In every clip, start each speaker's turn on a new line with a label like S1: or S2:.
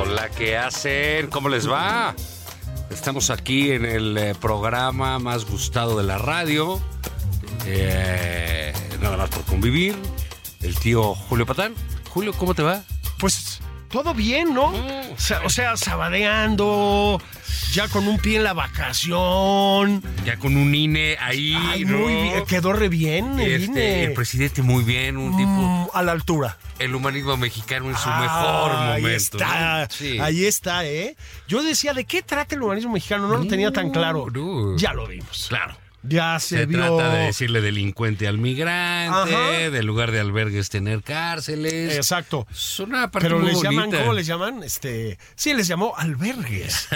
S1: Hola, ¿qué hacen? ¿Cómo les va? Estamos aquí en el eh, programa más gustado de la radio. Eh, nada más por convivir. El tío Julio Patán. Julio, ¿cómo te va?
S2: pues todo bien, ¿no?
S1: Mm.
S2: O sea, o sea, sabadeando, ya con un pie en la vacación.
S1: Ya con un INE ahí.
S2: Ay,
S1: ¿no?
S2: muy bien, quedó re bien el
S1: Este,
S2: INE.
S1: el presidente muy bien, un tipo.
S2: Mm, a la altura.
S1: El humanismo mexicano en su mejor
S2: Ah,
S1: momento.
S2: Ahí está,
S1: ¿no? Sí.
S2: ahí está, ¿eh? Yo decía, ¿de qué trata el humanismo mexicano? No lo tenía tan claro.
S1: no.
S2: Ya lo vimos.
S1: Claro.
S2: Ya se,
S1: Se
S2: vio.
S1: trata de decirle delincuente al migrante,
S2: Ajá.
S1: del lugar de albergues tener cárceles.
S2: Exacto.
S1: Es una parte
S2: Pero
S1: muy
S2: les llaman,
S1: bonita.
S2: ¿cómo les llaman? Este, sí, les llamó albergues.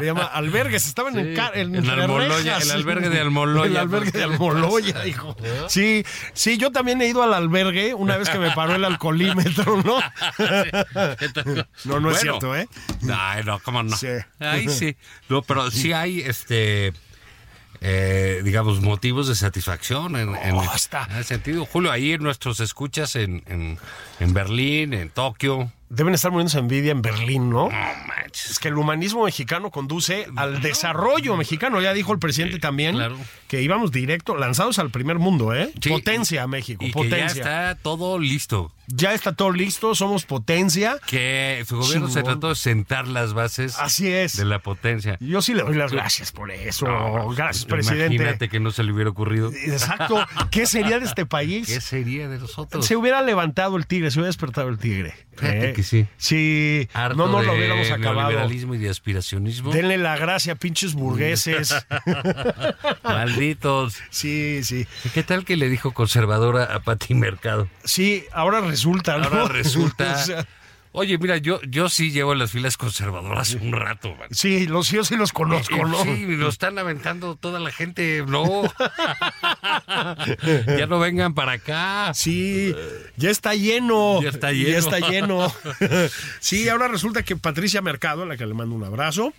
S2: Le llama albergues, estaban en, ca- en,
S1: en Almoloya,
S2: rejas.
S1: el albergue de Almoloya.
S2: El albergue de
S1: ¿Qué le
S2: Almoloya,
S1: pasa,
S2: hijo.
S1: no?
S2: Sí, sí, yo también he ido al albergue una vez que me paró el alcoholímetro, ¿no? No, no es cierto, ¿eh?
S1: Ay, no, cómo no.
S2: Sí.
S1: Ay, sí. No, pero sí hay, este, eh, digamos, motivos de satisfacción en, en-
S2: Oh, está.
S1: en ese sentido. Julio, ahí en nuestros escuchas en, en, en Berlín, en Tokio.
S2: Deben estar muriéndose de envidia en Berlín,
S1: No
S2: ¿no?
S1: manches.
S2: Es que el humanismo mexicano conduce al desarrollo mexicano. Ya dijo el presidente también
S1: claro.
S2: que íbamos directo, lanzados al primer mundo, ¿eh?
S1: Sí,
S2: potencia,
S1: y-
S2: México,
S1: y que
S2: potencia. ya,
S1: ya está todo listo.
S2: está... todo listo, somos potencia.
S1: Que su gobierno se
S2: Chingón.
S1: trató de sentar las bases
S2: Así es.
S1: de la potencia.
S2: Yo sí le doy las gracias por eso.
S1: No,
S2: gracias,
S1: pues,
S2: presidente.
S1: Imagínate que no se le hubiera ocurrido.
S2: Exacto. ¿Qué sería de este país?
S1: ¿Qué sería de nosotros?
S2: Se hubiera levantado el tigre, se hubiera despertado el tigre. ¿Eh?
S1: Fíjate que sí.
S2: Sí,
S1: Harto
S2: no nos
S1: de
S2: lo hubiéramos acabado.
S1: neoliberalismo y de aspiracionismo.
S2: Denle la gracia, pinches burgueses.
S1: Malditos.
S2: Sí, sí.
S1: ¿Qué tal que le dijo conservadora a Pati Mercado?
S2: Sí, ahora resulta, ¿no?
S1: Ahora resulta.
S2: O sea,
S1: Oye, mira, yo, yo sí llevo en las filas conservadoras un rato, man.
S2: sí, los yo sí los conozco,
S1: Eh,
S2: ¿no?
S1: Sí, lo están lamentando toda la gente, no. ya no vengan para acá.
S2: Sí, ya está lleno.
S1: Ya está lleno.
S2: Ya está lleno. sí, ahora resulta que Patricia Mercado, a la que le mando un abrazo,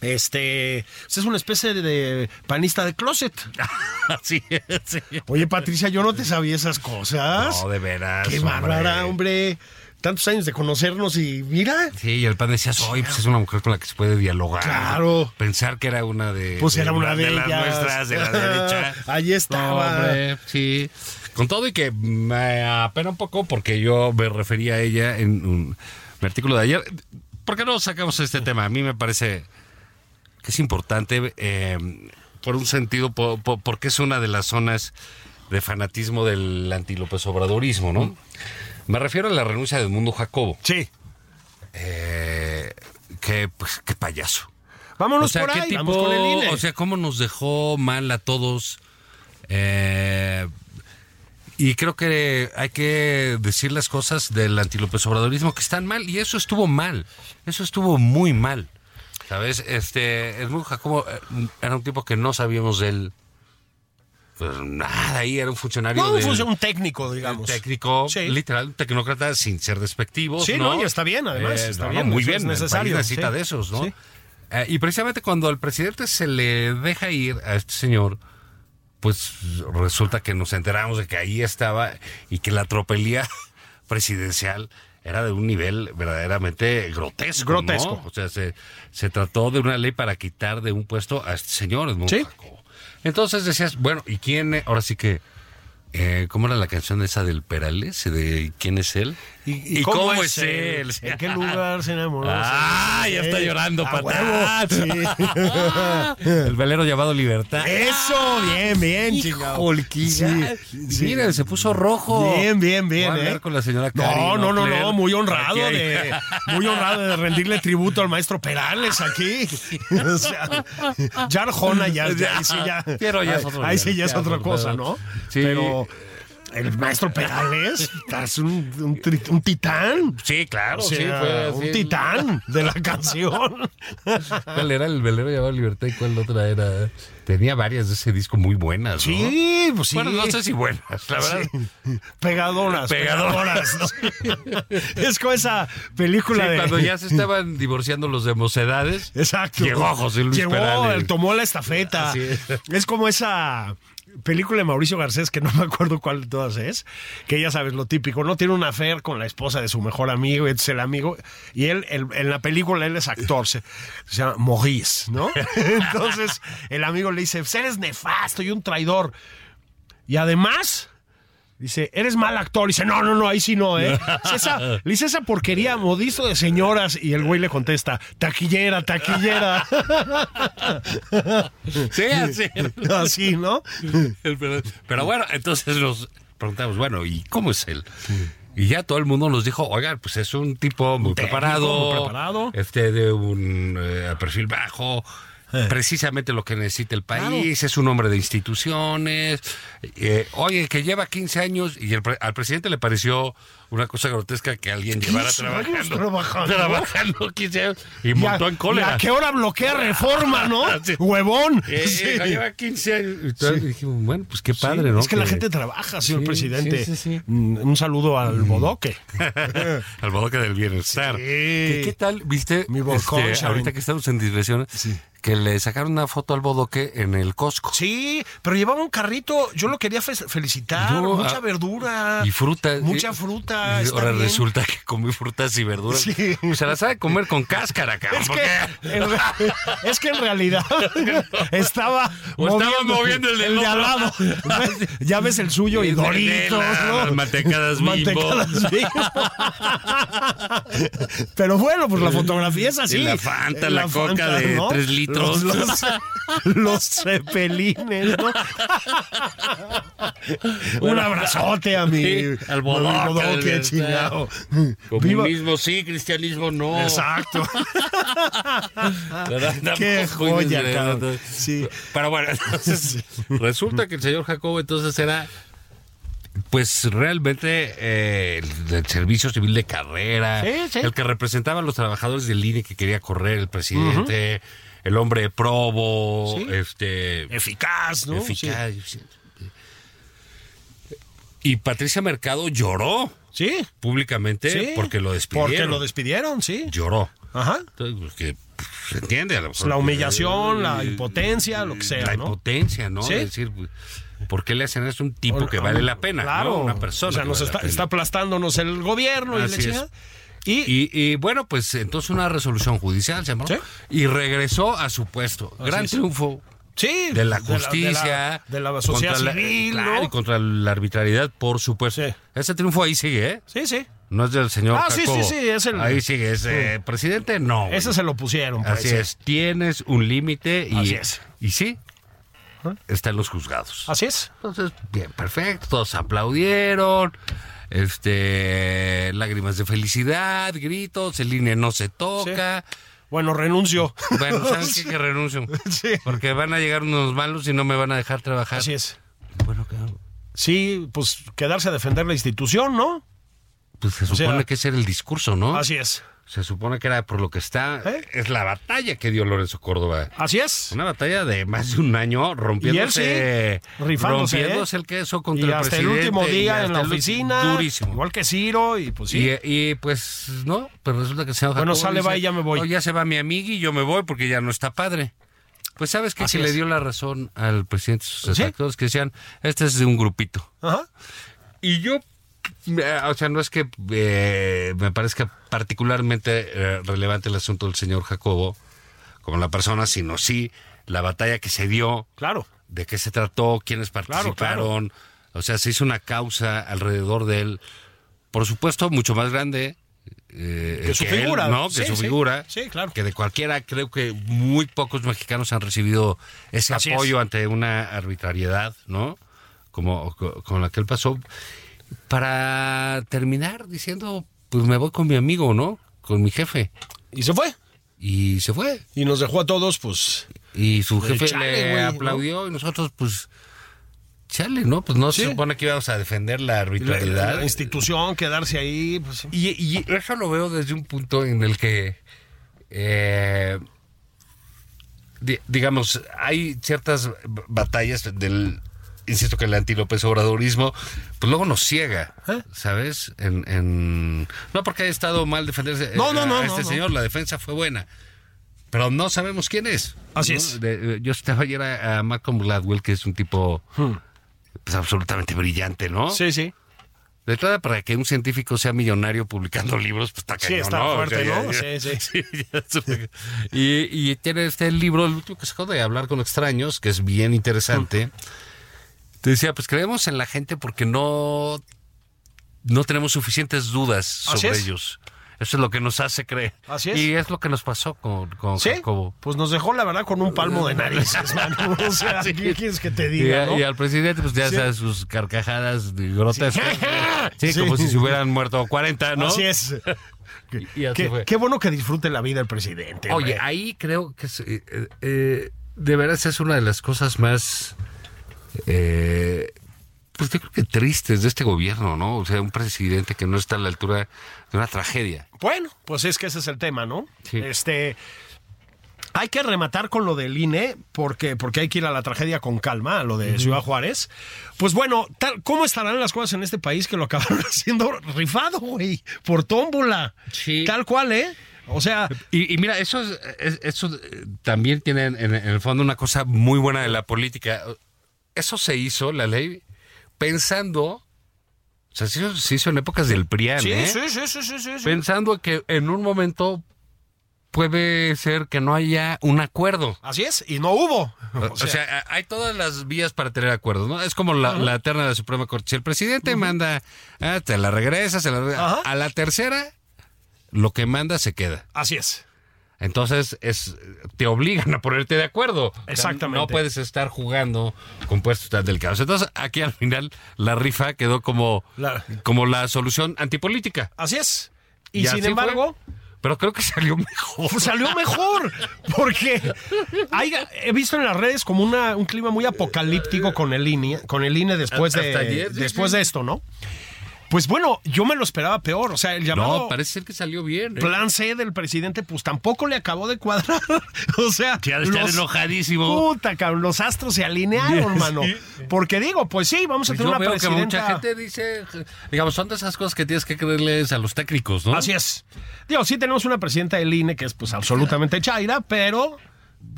S2: este, pues es una especie de panista de closet.
S1: Así es. sí.
S2: Oye, Patricia, yo no te sabía esas cosas.
S1: No, de veras.
S2: Qué
S1: hombre.
S2: bárbara, hombre. Tantos años de conocernos y mira,
S1: Sí, y el pan decía, soy, pues es una mujer con la que se puede dialogar.
S2: Claro.
S1: Pensar que era una de...
S2: pues
S1: de-
S2: era una de,
S1: las
S2: ellas.
S1: nuestras, de la derecha.
S2: Ahí estaba.
S1: No, hombre, sí. Con todo y que me apena un poco porque yo me refería a ella en un mi artículo de ayer. ¿Por qué no sacamos este tema? A mí me parece que es importante eh, por un sentido, po- po- porque es una de las zonas de fanatismo del antilópez obradorismo, ¿no? Me refiero a la renuncia de Edmundo Jacobo.
S2: Sí.
S1: Eh, qué, pues, qué payaso.
S2: Vámonos
S1: O sea,
S2: por
S1: ¿qué
S2: ahí,
S1: tipo-
S2: vamos con el INE.
S1: O sea, cómo nos dejó mal a todos. Eh, y creo que hay que decir las cosas del antilópez obradorismo que están mal. Y eso estuvo mal. Eso estuvo muy mal. ¿Sabes? Este, Edmundo Jacobo eh, era un tipo que no sabíamos de él. Pues nada, ahí era un funcionario.
S2: no, un,
S1: del-
S2: funcio- un técnico, digamos.
S1: Eh, técnico,
S2: Sí.
S1: literal, un tecnócrata sin ser despectivo. Eh,
S2: Sí, no, y está bien, además, está bien,
S1: muy
S2: eso
S1: bien,
S2: es
S1: el país
S2: necesario,
S1: necesita
S2: sí,
S1: de esos, ¿no?
S2: sí.
S1: Eh, y precisamente cuando al presidente se le deja ir a este señor, pues resulta que nos enteramos de que ahí estaba y que la tropelía presidencial era de un nivel verdaderamente grotesco. ¿no?
S2: Grotesco.
S1: O sea, se, se trató de una ley para quitar de un puesto a este señor, Edmundo
S2: Sí.
S1: Jacobo. Entonces decías, bueno, ¿y quién? eh? Ahora sí que, eh, ¿cómo era la canción esa del Perales? De ¿Quién es él?
S2: ¿Y, y cómo, es él? ¿En qué lugar se enamoró?
S1: Ah, ya está
S2: Sí.
S1: llorando,
S2: A
S1: patán.
S2: huevo, sí.
S1: El velero llamado Libertad.
S2: Eso, bien, bien, chingado.
S1: Holquilla.
S2: Sí, sí.
S1: Mira, se puso rojo.
S2: Bien, bien, bien.
S1: Voy a hablar
S2: ¿eh?
S1: con la señora Cari,
S2: No, no, no,
S1: Claire.
S2: no, muy honrado
S1: Aquí hay-
S2: de, muy honrado de rendirle tributo al maestro Perales aquí. o sea, ya Arjona, ya, ya, ahí sí ya.
S1: Pero ya es
S2: ahí-
S1: otro
S2: ahí sí
S1: nivel,
S2: ya es
S1: ya
S2: otra
S1: es
S2: cosa,
S1: otro
S2: ¿no?
S1: pedo. Sí.
S2: Pero el maestro Perales, es un, un tri- un titán.
S1: Sí, claro,
S2: O sea,
S1: sí, fue así.
S2: un titán de la canción.
S1: ¿Cuál era el velero llamado Libertad y cuál otra era? Tenía varias de ese disco muy buenas, ¿no?
S2: Sí, pues sí.
S1: Bueno, no sé si buenas, la verdad. Sí,
S2: Pegadoras.
S1: Pegadoras.
S2: pegadoras, ¿no? es con esa película de.
S1: cuando ya se estaban divorciando los de mocedades.
S2: Exacto.
S1: Llegó José Luis
S2: Llegó,
S1: Perales.
S2: él tomó la estafeta.
S1: Así es.
S2: Es. como esa película de Mauricio Garcés, que no me acuerdo cuál de todas es, que ya sabes lo típico, no tiene una affair con la esposa de su mejor amigo, es el amigo, y él, el- en la película él es actor, se, se llama Maurice, ¿no? Entonces el amigo le dice, "Pues eres nefasto y un traidor. Y además... Dice, eres mal actor. Y dice, no, no, no, ahí sí no, ¿eh? Dice, esa- le dice esa porquería, modizo de señoras. Y el güey le contesta, taquillera, taquillera.
S1: Sí, así. era.
S2: Así, ¿no?
S1: El Perales. Pero bueno, entonces nos preguntamos, bueno, ¿y cómo es él? Y ya todo el mundo nos dijo, oigan, pues es un tipo muy
S2: técnico,
S1: preparado,
S2: muy preparado.
S1: este de un eh, perfil bajo,
S2: Eh.
S1: precisamente lo que necesita el país, es un hombre de instituciones, eh, oye, que lleva 15 años y el pre- al presidente le pareció una cosa grotesca que alguien llevara
S2: 15 años
S1: trabajando,
S2: trabajando.
S1: trabajando 15 años y
S2: Y a-
S1: montó en cólera.
S2: ¿Y a qué hora bloquea reforma, no?
S1: Sí.
S2: Huevón.
S1: Eh,
S2: Sí.
S1: eh, Lleva 15 años. Y tal, y dijimos, bueno, pues qué padre,
S2: Sí,
S1: ¿no?
S2: Es que la gente trabaja, señor
S1: Sí,
S2: presidente.
S1: sí, sí, sí.
S2: Mm, Un saludo al bodoque.
S1: al bodoque del bienestar.
S2: Sí.
S1: ¿Qué, qué tal? ¿Viste?
S2: Mi bocón,
S1: este,
S2: Sharon.
S1: ahorita que estamos en disgresiones,
S2: Sí.
S1: que le sacaron una foto al bodoque en el Costco.
S2: Sí, pero llevaba un carrito. Yo lo quería fe- felicitar.
S1: Yo,
S2: mucha
S1: ah,
S2: verdura.
S1: Y fruta.
S2: Mucha
S1: Y-
S2: fruta.
S1: y
S2: está
S1: ahora
S2: bien.
S1: resulta que comí frutas y verduras.
S2: Sí.
S1: Se las sabe comer con cáscara, cabrón.
S2: Es
S1: porque-
S2: que, en re- es que en realidad estaba
S1: O estaba moviendo el del
S2: de al
S1: otro.
S2: lado. ¿Ves? Ya ves el suyo y
S1: El de- de
S2: Doritos,
S1: la-
S2: ¿no?
S1: las mantecadas
S2: Mantecadas Bimbo. Pero bueno, pues la fotografía es así.
S1: Y la Fanta, la Coca de tres litros.
S2: Los, los, los cepelines, ¿no? Un abrazote a mi,
S1: Sí, al este, bodoque,
S2: bodoque,
S1: del-
S2: chingado. Viva-
S1: Comunismo sí, cristianismo no.
S2: Exacto.
S1: ¿Verdad?
S2: Qué
S1: Tampoco,
S2: joya,
S1: ¿verdad?
S2: cabrón. Sí.
S1: Pero bueno, entonces resulta que el señor Jacobo entonces era, pues realmente eh, el del servicio civil de carrera,
S2: Sí, sí.
S1: el que representaba a los trabajadores del INE que quería correr el presidente, el hombre probo,
S2: Sí.
S1: este
S2: Eficaz, ¿no?
S1: eficaz. Y Patricia Mercado lloró
S2: Sí.
S1: públicamente
S2: sí.
S1: porque lo despidieron.
S2: Porque lo despidieron, sí.
S1: lloró.
S2: Ajá.
S1: Entonces, pues, que pues, se entiende a lo mejor.
S2: La humillación, la impotencia, lo que sea,
S1: La
S2: ¿no?
S1: impotencia, ¿no?
S2: Sí.
S1: Es decir, pues, ¿por qué le hacen eso a un tipo que vale la pena?
S2: Claro.
S1: ¿no? Una persona.
S2: O sea,
S1: que
S2: nos
S1: vale
S2: está,
S1: la pena.
S2: está aplastándonos el gobierno y
S1: Así
S2: la
S1: es.
S2: chingada. Y,
S1: Y, y, bueno, pues entonces una resolución judicial se llamó.
S2: Sí.
S1: Y regresó a su puesto. Gran
S2: es.
S1: triunfo
S2: sí,
S1: de la justicia.
S2: De la, de la sociedad
S1: contra la-
S2: civil,
S1: claro,
S2: ¿no?
S1: y contra la arbitrariedad, por supuesto.
S2: Sí.
S1: Ese triunfo ahí sigue, ¿eh?
S2: Sí, sí.
S1: No es del señor
S2: Ah, sí, sí,
S1: Jacobo.
S2: sí, es el-
S1: Ahí sigue. Ese presidente, no. güey.
S2: Ese se lo pusieron. pues.
S1: Así
S2: parece.
S1: es, tienes un límite y,
S2: Así es. ¿Eh?
S1: y sí, está en los juzgados.
S2: Así es.
S1: Entonces, bien, perfecto, todos aplaudieron, este, lágrimas de felicidad, gritos, el INE no se toca.
S2: Bueno, renuncio.
S1: Bueno, ¿sabes qué? Que renuncio.
S2: Sí.
S1: Porque van a llegar unos malos y no me van a dejar trabajar.
S2: Así es.
S1: Bueno, claro,
S2: Sí, pues quedarse a defender la institución, ¿no?
S1: pues se supone
S2: sea-
S1: que ese era el discurso, ¿no?
S2: Así es.
S1: Se supone que era por lo que está.
S2: ¿Eh?
S1: Es la batalla que dio Lorenzo Córdoba.
S2: Así es.
S1: Una batalla de más de un año rompiéndose,
S2: Y él sí, rifándose, ¿eh?
S1: rompiéndose el queso contra
S2: y
S1: el
S2: hasta el
S1: presidente.
S2: último
S1: y
S2: día
S1: hasta
S2: en la
S1: el último-
S2: oficina.
S1: Durísimo.
S2: Igual que Ciro, y pues sí.
S1: Y, y, pues no, pero resulta que el señor
S2: Bueno,
S1: Jacobo
S2: sale, va y ya me voy.
S1: "No, ya se va mi amigo y yo me voy porque ya no está padre. Pues sabes que
S2: Así
S1: si le
S2: es.
S1: dio la razón al presidente y sus
S2: ¿Sí?
S1: actores que decían, este es de un grupito.
S2: Ajá.
S1: Y yo, eh, o sea, no es que eh, me parezca particularmente eh, relevante el asunto del señor Jacobo como la persona, sino sí la batalla que se dio
S2: Claro.
S1: de qué se trató, quiénes
S2: Claro, claro.
S1: participaron. O sea, se hizo una causa alrededor de él, por supuesto, mucho más grande. eh,
S2: Que su
S1: él,
S2: figura.
S1: ¿no? Que
S2: Sí,
S1: su
S2: sí.
S1: figura.
S2: Sí, claro.
S1: Que de cualquiera, creo que muy pocos mexicanos han recibido ese
S2: Así es.
S1: apoyo ante una arbitrariedad, ¿no? Como co- con la que él pasó. Para terminar diciendo, pues me voy con mi amigo, ¿no? Con mi jefe.
S2: Y se fue.
S1: Y se fue.
S2: Y nos dejó a todos, pues.
S1: Y su
S2: Pues,
S1: jefe
S2: chale,
S1: le
S2: güey, ¿no?
S1: aplaudió y nosotros, pues, chale, ¿no? Pues no
S2: Sí.
S1: se supone que íbamos a defender la
S2: La,
S1: arbitrariedad.
S2: la institución, quedarse ahí. Pues, sí.
S1: Y, y eso lo veo desde un punto en el que, eh, di- digamos, hay ciertas b- batallas del, insisto que el antilópez obradorismo, pues luego nos ciega,
S2: ¿Eh?
S1: ¿sabes? En, en- No porque haya estado mal defenderse. eh,
S2: No, no,
S1: a-
S2: no,
S1: a
S2: no,
S1: Este
S2: no.
S1: señor, la defensa fue buena. Pero no sabemos quién es.
S2: Así
S1: ¿no?
S2: es.
S1: De- eh, yo estaba ayer a, a Malcolm Gladwell, que es un tipo pues, absolutamente brillante, ¿no?
S2: Hmm. Sí, sí.
S1: De entrada, para que un científico sea millonario publicando libros, pues está
S2: Sí,
S1: cañón,
S2: está
S1: ¿no?
S2: fuerte,
S1: O sea,
S2: ¿no?
S1: ya-
S2: Sí, sí.
S1: Sí, ya supe. y, y tiene este libro, el último que sacó de hablar con extraños, que es bien interesante. Te decía, pues creemos en la gente porque no, no tenemos suficientes dudas
S2: Así
S1: sobre
S2: es.
S1: ellos. Eso es lo que nos hace creer.
S2: Así es.
S1: Y es lo que nos pasó con, con
S2: Sí,
S1: Jacobo.
S2: pues nos dejó, la verdad, con un palmo de narices, mano. O sea, ¿qué quieres que te
S1: Y,
S2: diga,
S1: a-
S2: no?
S1: y al presidente, pues ya
S2: Sí.
S1: sabes, sus carcajadas de- grotescas. Sí.
S2: Sí.
S1: como si se hubieran muerto 40, ¿no?
S2: Así es.
S1: Y, y así
S2: Qué,
S1: fue.
S2: qué bueno que disfrute la vida el presidente.
S1: Oye,
S2: hombre.
S1: ahí creo que es, eh, eh, de veras es una de las cosas más, eh, pues yo creo que tristes de este gobierno, ¿no? O sea, un presidente que no está a la altura de una tragedia.
S2: Bueno, pues es que ese es el tema, ¿no?
S1: Sí.
S2: Este. Hay que rematar con lo del INE, porque, porque hay que ir a la tragedia con calma, a lo de Ciudad Juárez. Pues bueno, tal, ¿cómo estarán las cosas en este país que lo acabaron haciendo rifado, güey? Por tómbola.
S1: Sí.
S2: Tal cual, ¿eh? O sea,
S1: Y, y mira, eso, es- es- eso eh, también tiene en, en el fondo una cosa muy buena de la política. Eso se hizo, la ley, pensando, o sea, se hizo, se hizo en épocas del PRIAN, ¿eh?
S2: sí, sí, sí, sí, sí.
S1: pensando que en un momento puede ser que no haya un acuerdo.
S2: Así es, y no hubo.
S1: O, o sea, a- hay todas las vías para tener acuerdos, ¿no? Es como la, la terna de la Suprema Corte. Si el presidente manda, ah, te la regresa, se la regresa.
S2: Ajá.
S1: A la tercera, lo que manda se queda.
S2: así es.
S1: Entonces, es te obligan a ponerte de acuerdo. O sea,
S2: Exactamente.
S1: no puedes estar jugando con puestos tan delicados. Entonces, aquí al final, la rifa quedó como
S2: La-
S1: como la solución antipolítica.
S2: Así es. Y,
S1: así
S2: sin
S1: fue.
S2: embargo,
S1: Pero creo que salió mejor.
S2: pues salió mejor. Porque hay- he visto en las redes como una, un clima muy apocalíptico con el INE, con el INE después, de,
S1: Hasta ayer, sí,
S2: después
S1: sí.
S2: de esto, ¿no? Pues bueno, yo me lo esperaba peor. O sea, el llamado
S1: No, parece ser que salió bien. ¿eh?
S2: plan C del presidente, pues tampoco le acabó de cuadrar. o sea,
S1: Ya de estar
S2: los-
S1: enojadísimo.
S2: Puta, cabrón, los astros se alinearon, mano. Porque digo, pues sí, vamos a
S1: Pues
S2: tener
S1: yo
S2: una
S1: veo
S2: presidenta.
S1: que mucha gente dice, digamos, son de esas cosas que tienes que creerles a los técnicos, ¿no?
S2: Así es. Digo, sí tenemos una presidenta del INE que es pues absolutamente chaira, pero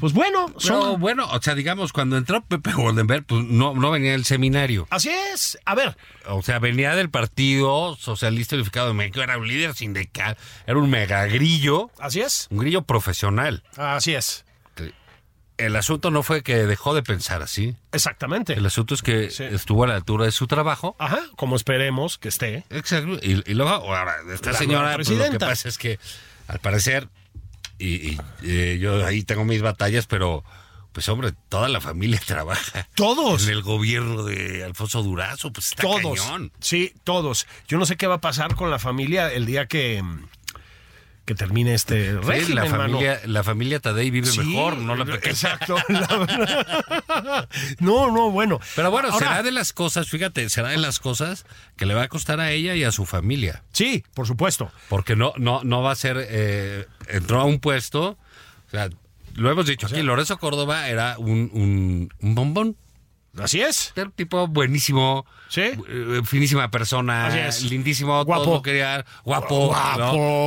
S2: pues bueno,
S1: Pero
S2: son...
S1: bueno, o sea, digamos, cuando entró Pepe Goldenberg, pues no, no venía del seminario.
S2: Así es. A ver,
S1: O sea, venía del Partido Socialista Unificado de México, era un líder sindical, era un megagrillo,
S2: así es.
S1: un grillo profesional.
S2: Así es.
S1: El asunto no fue que dejó de pensar así.
S2: Exactamente.
S1: El asunto es que
S2: Sí.
S1: estuvo a la altura de su trabajo
S2: Ajá, como esperemos que esté.
S1: Exacto. Y, y luego, ahora, esta
S2: La nueva
S1: señora, pues, lo que
S2: presidenta.
S1: pasa es que, al parecer, y, y, eh, yo ahí tengo mis batallas, pero, pues hombre, toda la familia trabaja.
S2: Todos.
S1: En el gobierno de Alfonso Durazo, pues está
S2: Todos.
S1: cañón.
S2: Sí, todos. Yo no sé qué va a pasar con la familia el día que, que termine este
S1: Sí,
S2: régimen,
S1: la,
S2: mano.
S1: familia, la familia Tadei vive
S2: Sí,
S1: mejor, no la pequeña.
S2: Exacto. la- no, no, bueno.
S1: Pero bueno,
S2: Ahora,
S1: será de las cosas, fíjate, será de las cosas que le va a costar a ella y a su familia.
S2: Sí, por supuesto.
S1: Porque no, no, no va a ser. eh, entró a un puesto. O sea, lo hemos dicho aquí. Lorenzo Córdoba era un, un, un bombón.
S2: Así es.
S1: Era un tipo buenísimo.
S2: Sí.
S1: eh, Finísima persona.
S2: Así es.
S1: Lindísimo.
S2: Guapo.
S1: todo lo quería, guapo.
S2: Guapo.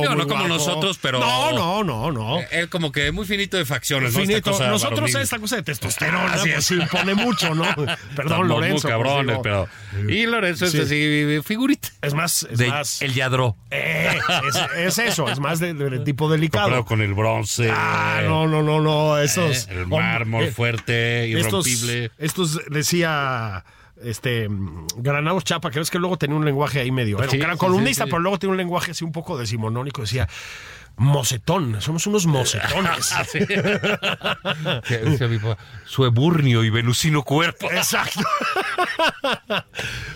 S1: ¿no? Digo,
S2: muy
S1: no como
S2: guapo.
S1: nosotros, pero.
S2: No, no, no, no.
S1: Eh, Él como que muy finito de facciones. ¿no? Esta
S2: Finito.
S1: cosa
S2: Nosotros
S1: varonil.
S2: esta cosa de testosterona
S1: Así
S2: pues,
S1: es.
S2: se impone mucho, ¿no?
S1: Ah, Estamos
S2: Perdón, Lorenzo.
S1: Muy
S2: pues,
S1: cabrones,
S2: digo,
S1: pero. Y Lorenzo
S2: Sí.
S1: es así, figurita.
S2: Es más, es
S1: De-
S2: más.
S1: El Yadro.
S2: Eh, es, es eso, es más de, de tipo
S1: Comparado
S2: delicado.
S1: con el bronce.
S2: Ah, no, no, no, no. Esos.
S1: El
S2: hom-
S1: mármol
S2: eh,
S1: fuerte,
S2: Estos,
S1: irrompible.
S2: estos decía este mm, Granados Chapa, que ves que luego tenía un lenguaje ahí medio. Era
S1: Sí,
S2: un gran
S1: sí,
S2: columnista,
S1: sí, sí.
S2: pero luego tenía un lenguaje así un poco decimonónico. Decía, mocetón, somos unos mocetones.
S1: Que decía mi papá, Su eburnio y venucino cuerpo.
S2: Exacto.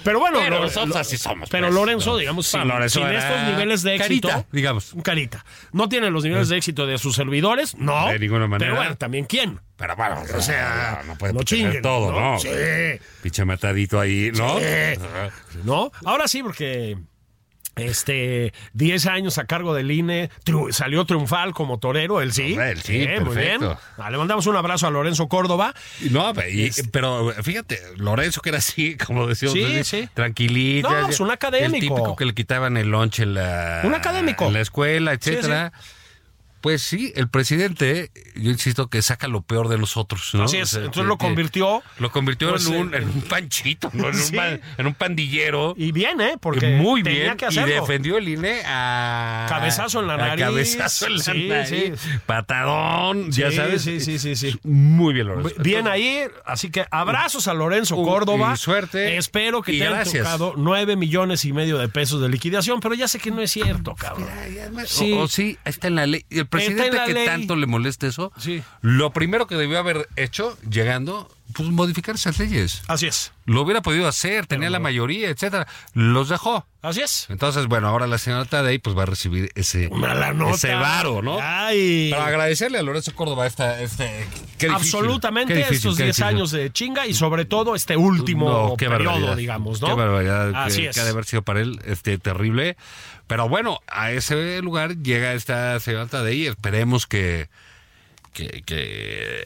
S2: pero bueno,
S1: Pero
S2: Lore-
S1: nosotros así somos,
S2: Pero
S1: pues.
S2: Lorenzo,
S1: No.
S2: digamos,
S1: Sí,
S2: sin,
S1: Lorenzo
S2: sin
S1: era
S2: estos niveles de éxito.
S1: carita, digamos. Eh.
S2: Un carita. No tiene los niveles de éxito de sus servidores, no.
S1: De ninguna manera.
S2: Pero bueno, también quién.
S1: Pero bueno, o
S2: O
S1: sea,
S2: sea,
S1: Ah, no, puede
S2: no
S1: tener
S2: chinguen,
S1: todo, ¿no?
S2: ¿no? Sí.
S1: Pinche matadito ahí, ¿no?
S2: Eh, ¿No? Ahora sí, porque. Este, 10 años a cargo del INE, triu- salió triunfal como torero, él sí.
S1: Hombre, él sí,
S2: muy bien.
S1: perfecto.
S2: Ah, le mandamos un abrazo a Lorenzo Córdoba.
S1: Y No, y- pero fíjate, Lorenzo que era así, como decíamos,
S2: Este. Sí,
S1: así,
S2: sí.
S1: tranquilito.
S2: No,
S1: así,
S2: es un académico.
S1: El típico que le quitaban el lonche en la,
S2: Un académico.
S1: en la escuela,
S2: Sí,
S1: etcétera. Pues sí, el presidente, yo insisto que saca lo peor de nosotros, ¿no?
S2: Así es, entonces lo
S1: eh,
S2: convirtió,
S1: Lo convirtió
S2: pues,
S1: en, un,
S2: eh,
S1: en un panchito, ¿no? en,
S2: Sí.
S1: un pan- en un pandillero.
S2: Y bien, ¿eh? Porque
S1: muy
S2: tenía
S1: bien
S2: que
S1: y
S2: hacerlo.
S1: defendió el INE a
S2: Cabezazo en la
S1: a
S2: nariz.
S1: cabezazo en la
S2: Sí,
S1: nariz,
S2: sí.
S1: patadón, ya
S2: Sí,
S1: sabes,
S2: sí, sí, sí, sí.
S1: muy bien Lorenzo.
S2: Bien ahí, así que abrazos a Lorenzo
S1: Uh,
S2: Córdoba.
S1: y suerte.
S2: Espero que
S1: Y
S2: te hayan
S1: gracias.
S2: tocado 9 millones y medio de pesos de liquidación, pero ya sé que no es cierto, cabrón.
S1: Sí. O, o sí, está en la ley. Y El presidente
S2: Está en la
S1: que
S2: ley.
S1: tanto le molesta eso,
S2: Sí.
S1: lo primero que debió haber hecho llegando, pues modificar esas leyes.
S2: Así es,
S1: Lo hubiera podido hacer, tenía la mayoría, etcétera. Los dejó.
S2: así es.
S1: Entonces, bueno, ahora la señora Tadei pues va a recibir ese,
S2: Una la nota.
S1: ese varo, ¿no?
S2: Ay.
S1: Para agradecerle a Lorenzo Córdoba esta, este, qué difícil,
S2: Absolutamente
S1: qué difícil,
S2: estos
S1: qué
S2: 10
S1: difícil.
S2: años de chinga y sobre todo este último
S1: No, qué
S2: periodo,
S1: barbaridad.
S2: digamos, ¿no?
S1: Qué barbaridad que-
S2: Así
S1: que,
S2: es.
S1: ha de haber sido para él este, terrible. Pero bueno, a ese lugar llega esta señora Tadei y esperemos que... Que, que-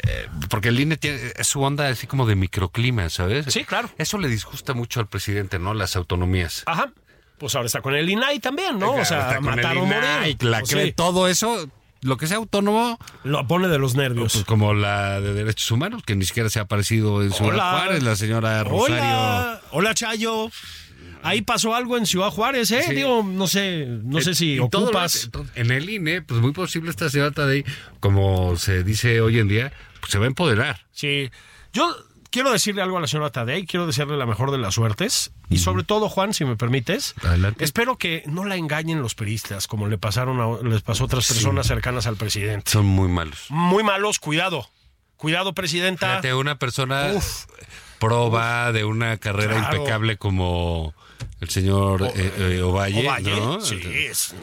S1: porque el INE tiene es su onda así como de microclima, ¿sabes?
S2: Sí, claro.
S1: Eso le disgusta mucho al presidente, ¿no? Las autonomías.
S2: Ajá. Pues ahora está con el INAI también, ¿no? O sea,
S1: Hasta con el
S2: matar o
S1: INAI,
S2: morir.
S1: la
S2: Pues
S1: CRE,
S2: sí,
S1: todo eso, lo que sea autónomo,
S2: Lo pone de los nervios.
S1: Pues como la de derechos humanos, que ni siquiera se ha aparecido en Ciudad
S2: Hola.
S1: Juárez, la señora Rosario.
S2: Hola, hola Chayo. Ahí pasó algo en Ciudad Juárez, ¿eh?
S1: Sí.
S2: Digo, no sé, no sé si
S1: Y todo lo-
S2: Eh, ocupas.
S1: en el INE, pues muy posible esta señora Tadei, como se dice hoy en día, pues se va a empoderar.
S2: Sí. Yo quiero decirle algo a la señora Tadei, quiero desearle la mejor de las suertes. Y sobre todo, Juan, si me permites,
S1: Adelante.
S2: espero que no la engañen los peristas, como le pasaron a- les pasó a otras personas cercanas al presidente.
S1: Son muy malos.
S2: Muy malos, cuidado. Cuidado, presidenta.
S1: Fíjate, una persona
S2: Uf.
S1: proba de una carrera
S2: Claro.
S1: impecable como el señor eh, eh, Ovalle,
S2: Ovalle,
S1: ¿no? Eh,
S2: sí, es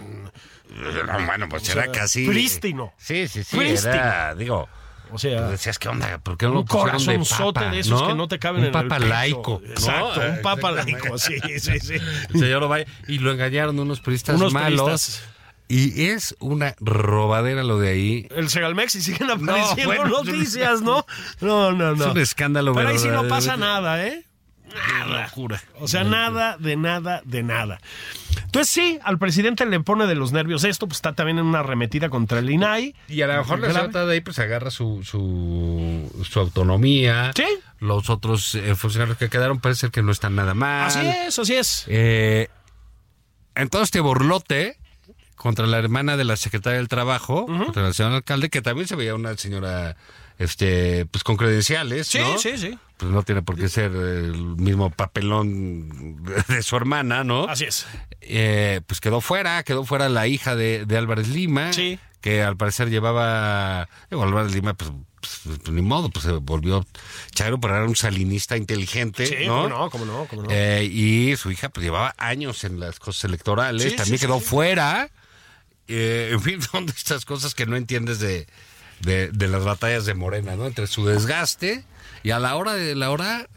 S1: No, bueno, pues era casi...
S2: prístino.
S1: Sí, sí, sí,
S2: Prístino.
S1: era, digo... pues,
S2: O sea,
S1: Decías, ¿qué onda? ¿Por qué no
S2: un
S1: lo pusieron de
S2: corazonzote
S1: papa,
S2: de esos que no te caben
S1: un
S2: en
S1: papa
S2: el pecho.
S1: laico. ¿no?
S2: Exacto, un papa laico, sí, sí, sí.
S1: El señor Ovalle. Y lo engañaron unos periodistas
S2: Unos
S1: malos.
S2: periodistas.
S1: Y es una robadera lo de ahí.
S2: El Segalmex y siguen apareciendo
S1: bueno.
S2: noticias, ¿no? No, no, no.
S1: Es un escándalo,
S2: Pero ahí sí no
S1: verdadero.
S2: pasa nada, ¿eh?
S1: Nada. Locura.
S2: O sea, nada, de nada, de nada. Entonces sí, al presidente le pone de los nervios esto, pues está también en una arremetida contra el INAI.
S1: Y a lo mejor la
S2: Grave.
S1: Santa de ahí pues agarra su, su, su autonomía.
S2: Sí.
S1: Los otros eh, funcionarios que quedaron parece ser que no están nada mal.
S2: Así es, así es.
S1: Eh, entonces te borlote contra la hermana de la secretaria del trabajo, contra la señora alcalde, que también se veía una señora este pues con credenciales.
S2: Sí,
S1: ¿no?
S2: sí, sí.
S1: Pues no tiene por qué ser el mismo papelón de su hermana, ¿no?
S2: Así es.
S1: Eh, pues quedó fuera, quedó fuera la hija de, de Álvarez Lima,
S2: Sí.
S1: que al parecer llevaba, digo, Álvarez Lima, pues, pues, pues, ni modo, pues se volvió Chairo, pero era un salinista inteligente,
S2: Sí,
S1: Eh, ¿no?
S2: cómo no, cómo no, cómo no.
S1: Eh, y su hija pues llevaba años en las cosas electorales,
S2: Sí,
S1: también
S2: sí,
S1: quedó
S2: sí.
S1: fuera. Eh, en fin, son de estas cosas que no entiendes de, de, de las batallas de Morena, ¿no? Entre su desgaste y a la hora de la hora,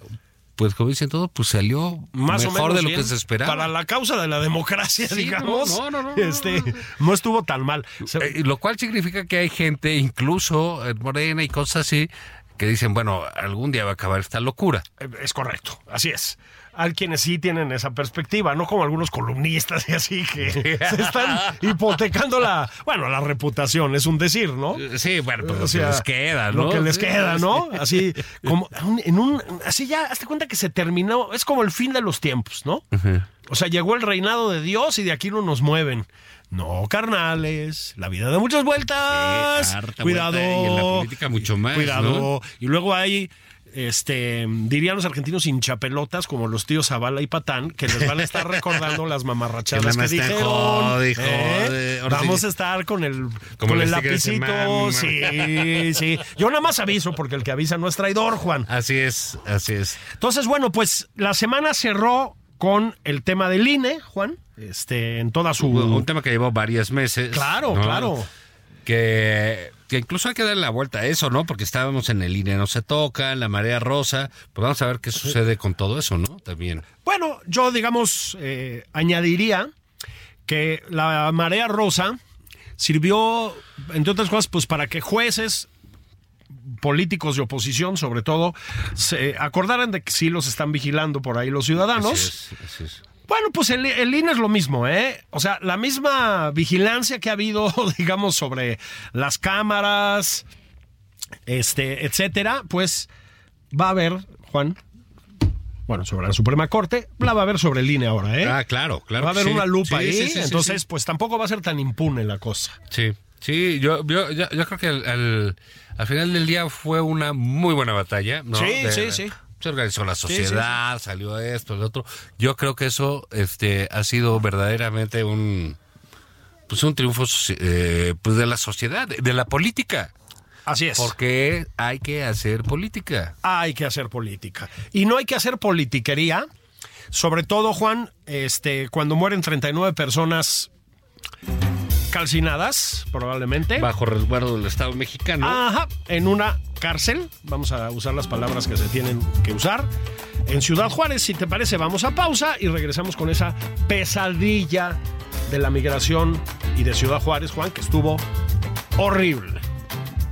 S1: pues como dicen todos, pues salió
S2: Más o
S1: mejor
S2: menos
S1: de lo
S2: bien,
S1: que se esperaba.
S2: Para la causa de la democracia,
S1: Sí,
S2: digamos.
S1: no, no, no, no,
S2: este,
S1: no, no.
S2: no estuvo tan mal. Eh, Se-
S1: Eh, lo cual significa que hay gente, incluso en Morena y cosas así, que dicen, bueno, algún día va a acabar esta locura.
S2: Eh, Es correcto, así es. Hay quienes sí tienen esa perspectiva, no como algunos columnistas y así que se están hipotecando la, bueno, la reputación, es un decir, ¿no?
S1: Sí, bueno, pues
S2: O
S1: lo que
S2: sea,
S1: les queda, ¿no?
S2: Lo que les
S1: Sí,
S2: queda,
S1: sí.
S2: ¿no? Así como en un así ya hazte cuenta que se terminó, es como el fin de los tiempos, ¿no? O sea, llegó el reinado de Dios y de aquí no nos mueven. No, carnales, la vida da muchas vueltas.
S1: Sí, harta
S2: cuidado.
S1: vuelta, y en la política mucho más, ¿no?
S2: Cuidado. Y luego hay este dirían los argentinos hinchapelotas como los tíos Zavala y Patán que les van a estar recordando las mamarrachadas
S1: Que
S2: que,
S1: nada más te
S2: dijeron
S1: jode,
S2: ¿eh?
S1: jode, ahora
S2: vamos
S1: sí.
S2: a estar con el
S1: Como
S2: con
S1: los
S2: el
S1: tigres de
S2: lapicito
S1: mama.
S2: sí Sí, sí. Yo nada más aviso porque el que avisa no es traidor, Juan.
S1: Así es, así es.
S2: Entonces, bueno, pues la semana cerró con el tema del INE, Juan. Este, en toda
S1: Un
S2: su.
S1: tema que llevó varios meses.
S2: Claro,
S1: ¿no?
S2: claro.
S1: Que, que incluso hay que darle la vuelta a eso, ¿no? Porque estábamos en el INE no se toca, en la marea rosa. Pues vamos a ver qué sucede con todo eso, ¿no? También.
S2: Bueno, yo, digamos, eh, añadiría que la marea rosa sirvió, entre otras cosas, pues para que jueces políticos de oposición, sobre todo, se acordaran de que sí los están vigilando por ahí los ciudadanos.
S1: Así es, así es.
S2: Bueno, pues el, el INE es lo mismo, ¿eh? O sea, la misma vigilancia que ha habido, digamos, sobre las cámaras, este, etcétera, pues va a haber, Juan, bueno, sobre la Suprema Corte, la va a haber sobre el INE ahora, ¿eh?
S1: Ah, claro, claro.
S2: va a haber
S1: sí.
S2: una lupa
S1: Sí,
S2: ahí,
S1: sí, sí, sí,
S2: entonces,
S1: sí.
S2: pues tampoco va a ser tan impune la cosa.
S1: Sí, sí, yo, yo, yo, yo creo que al, al- al final del día fue una muy buena batalla. ¿no?
S2: Sí, sí, sí.
S1: Se organizó la
S2: sí, sí.
S1: sociedad, salió esto, el otro. Yo creo que eso este, ha sido verdaderamente un, pues un triunfo soci- eh, pues de la sociedad, de, de la política.
S2: Así es.
S1: Porque hay que hacer política.
S2: hay que hacer política. Y no hay que hacer politiquería, sobre todo, Juan, este, cuando mueren 39 personas calcinadas, probablemente.
S1: Bajo resguardo del Estado mexicano.
S2: Ajá, en una cárcel. Vamos a usar las palabras que se tienen que usar. En Ciudad Juárez, si te parece, vamos a pausa y regresamos con esa pesadilla de la migración y de Ciudad Juárez, Juan, que estuvo horrible.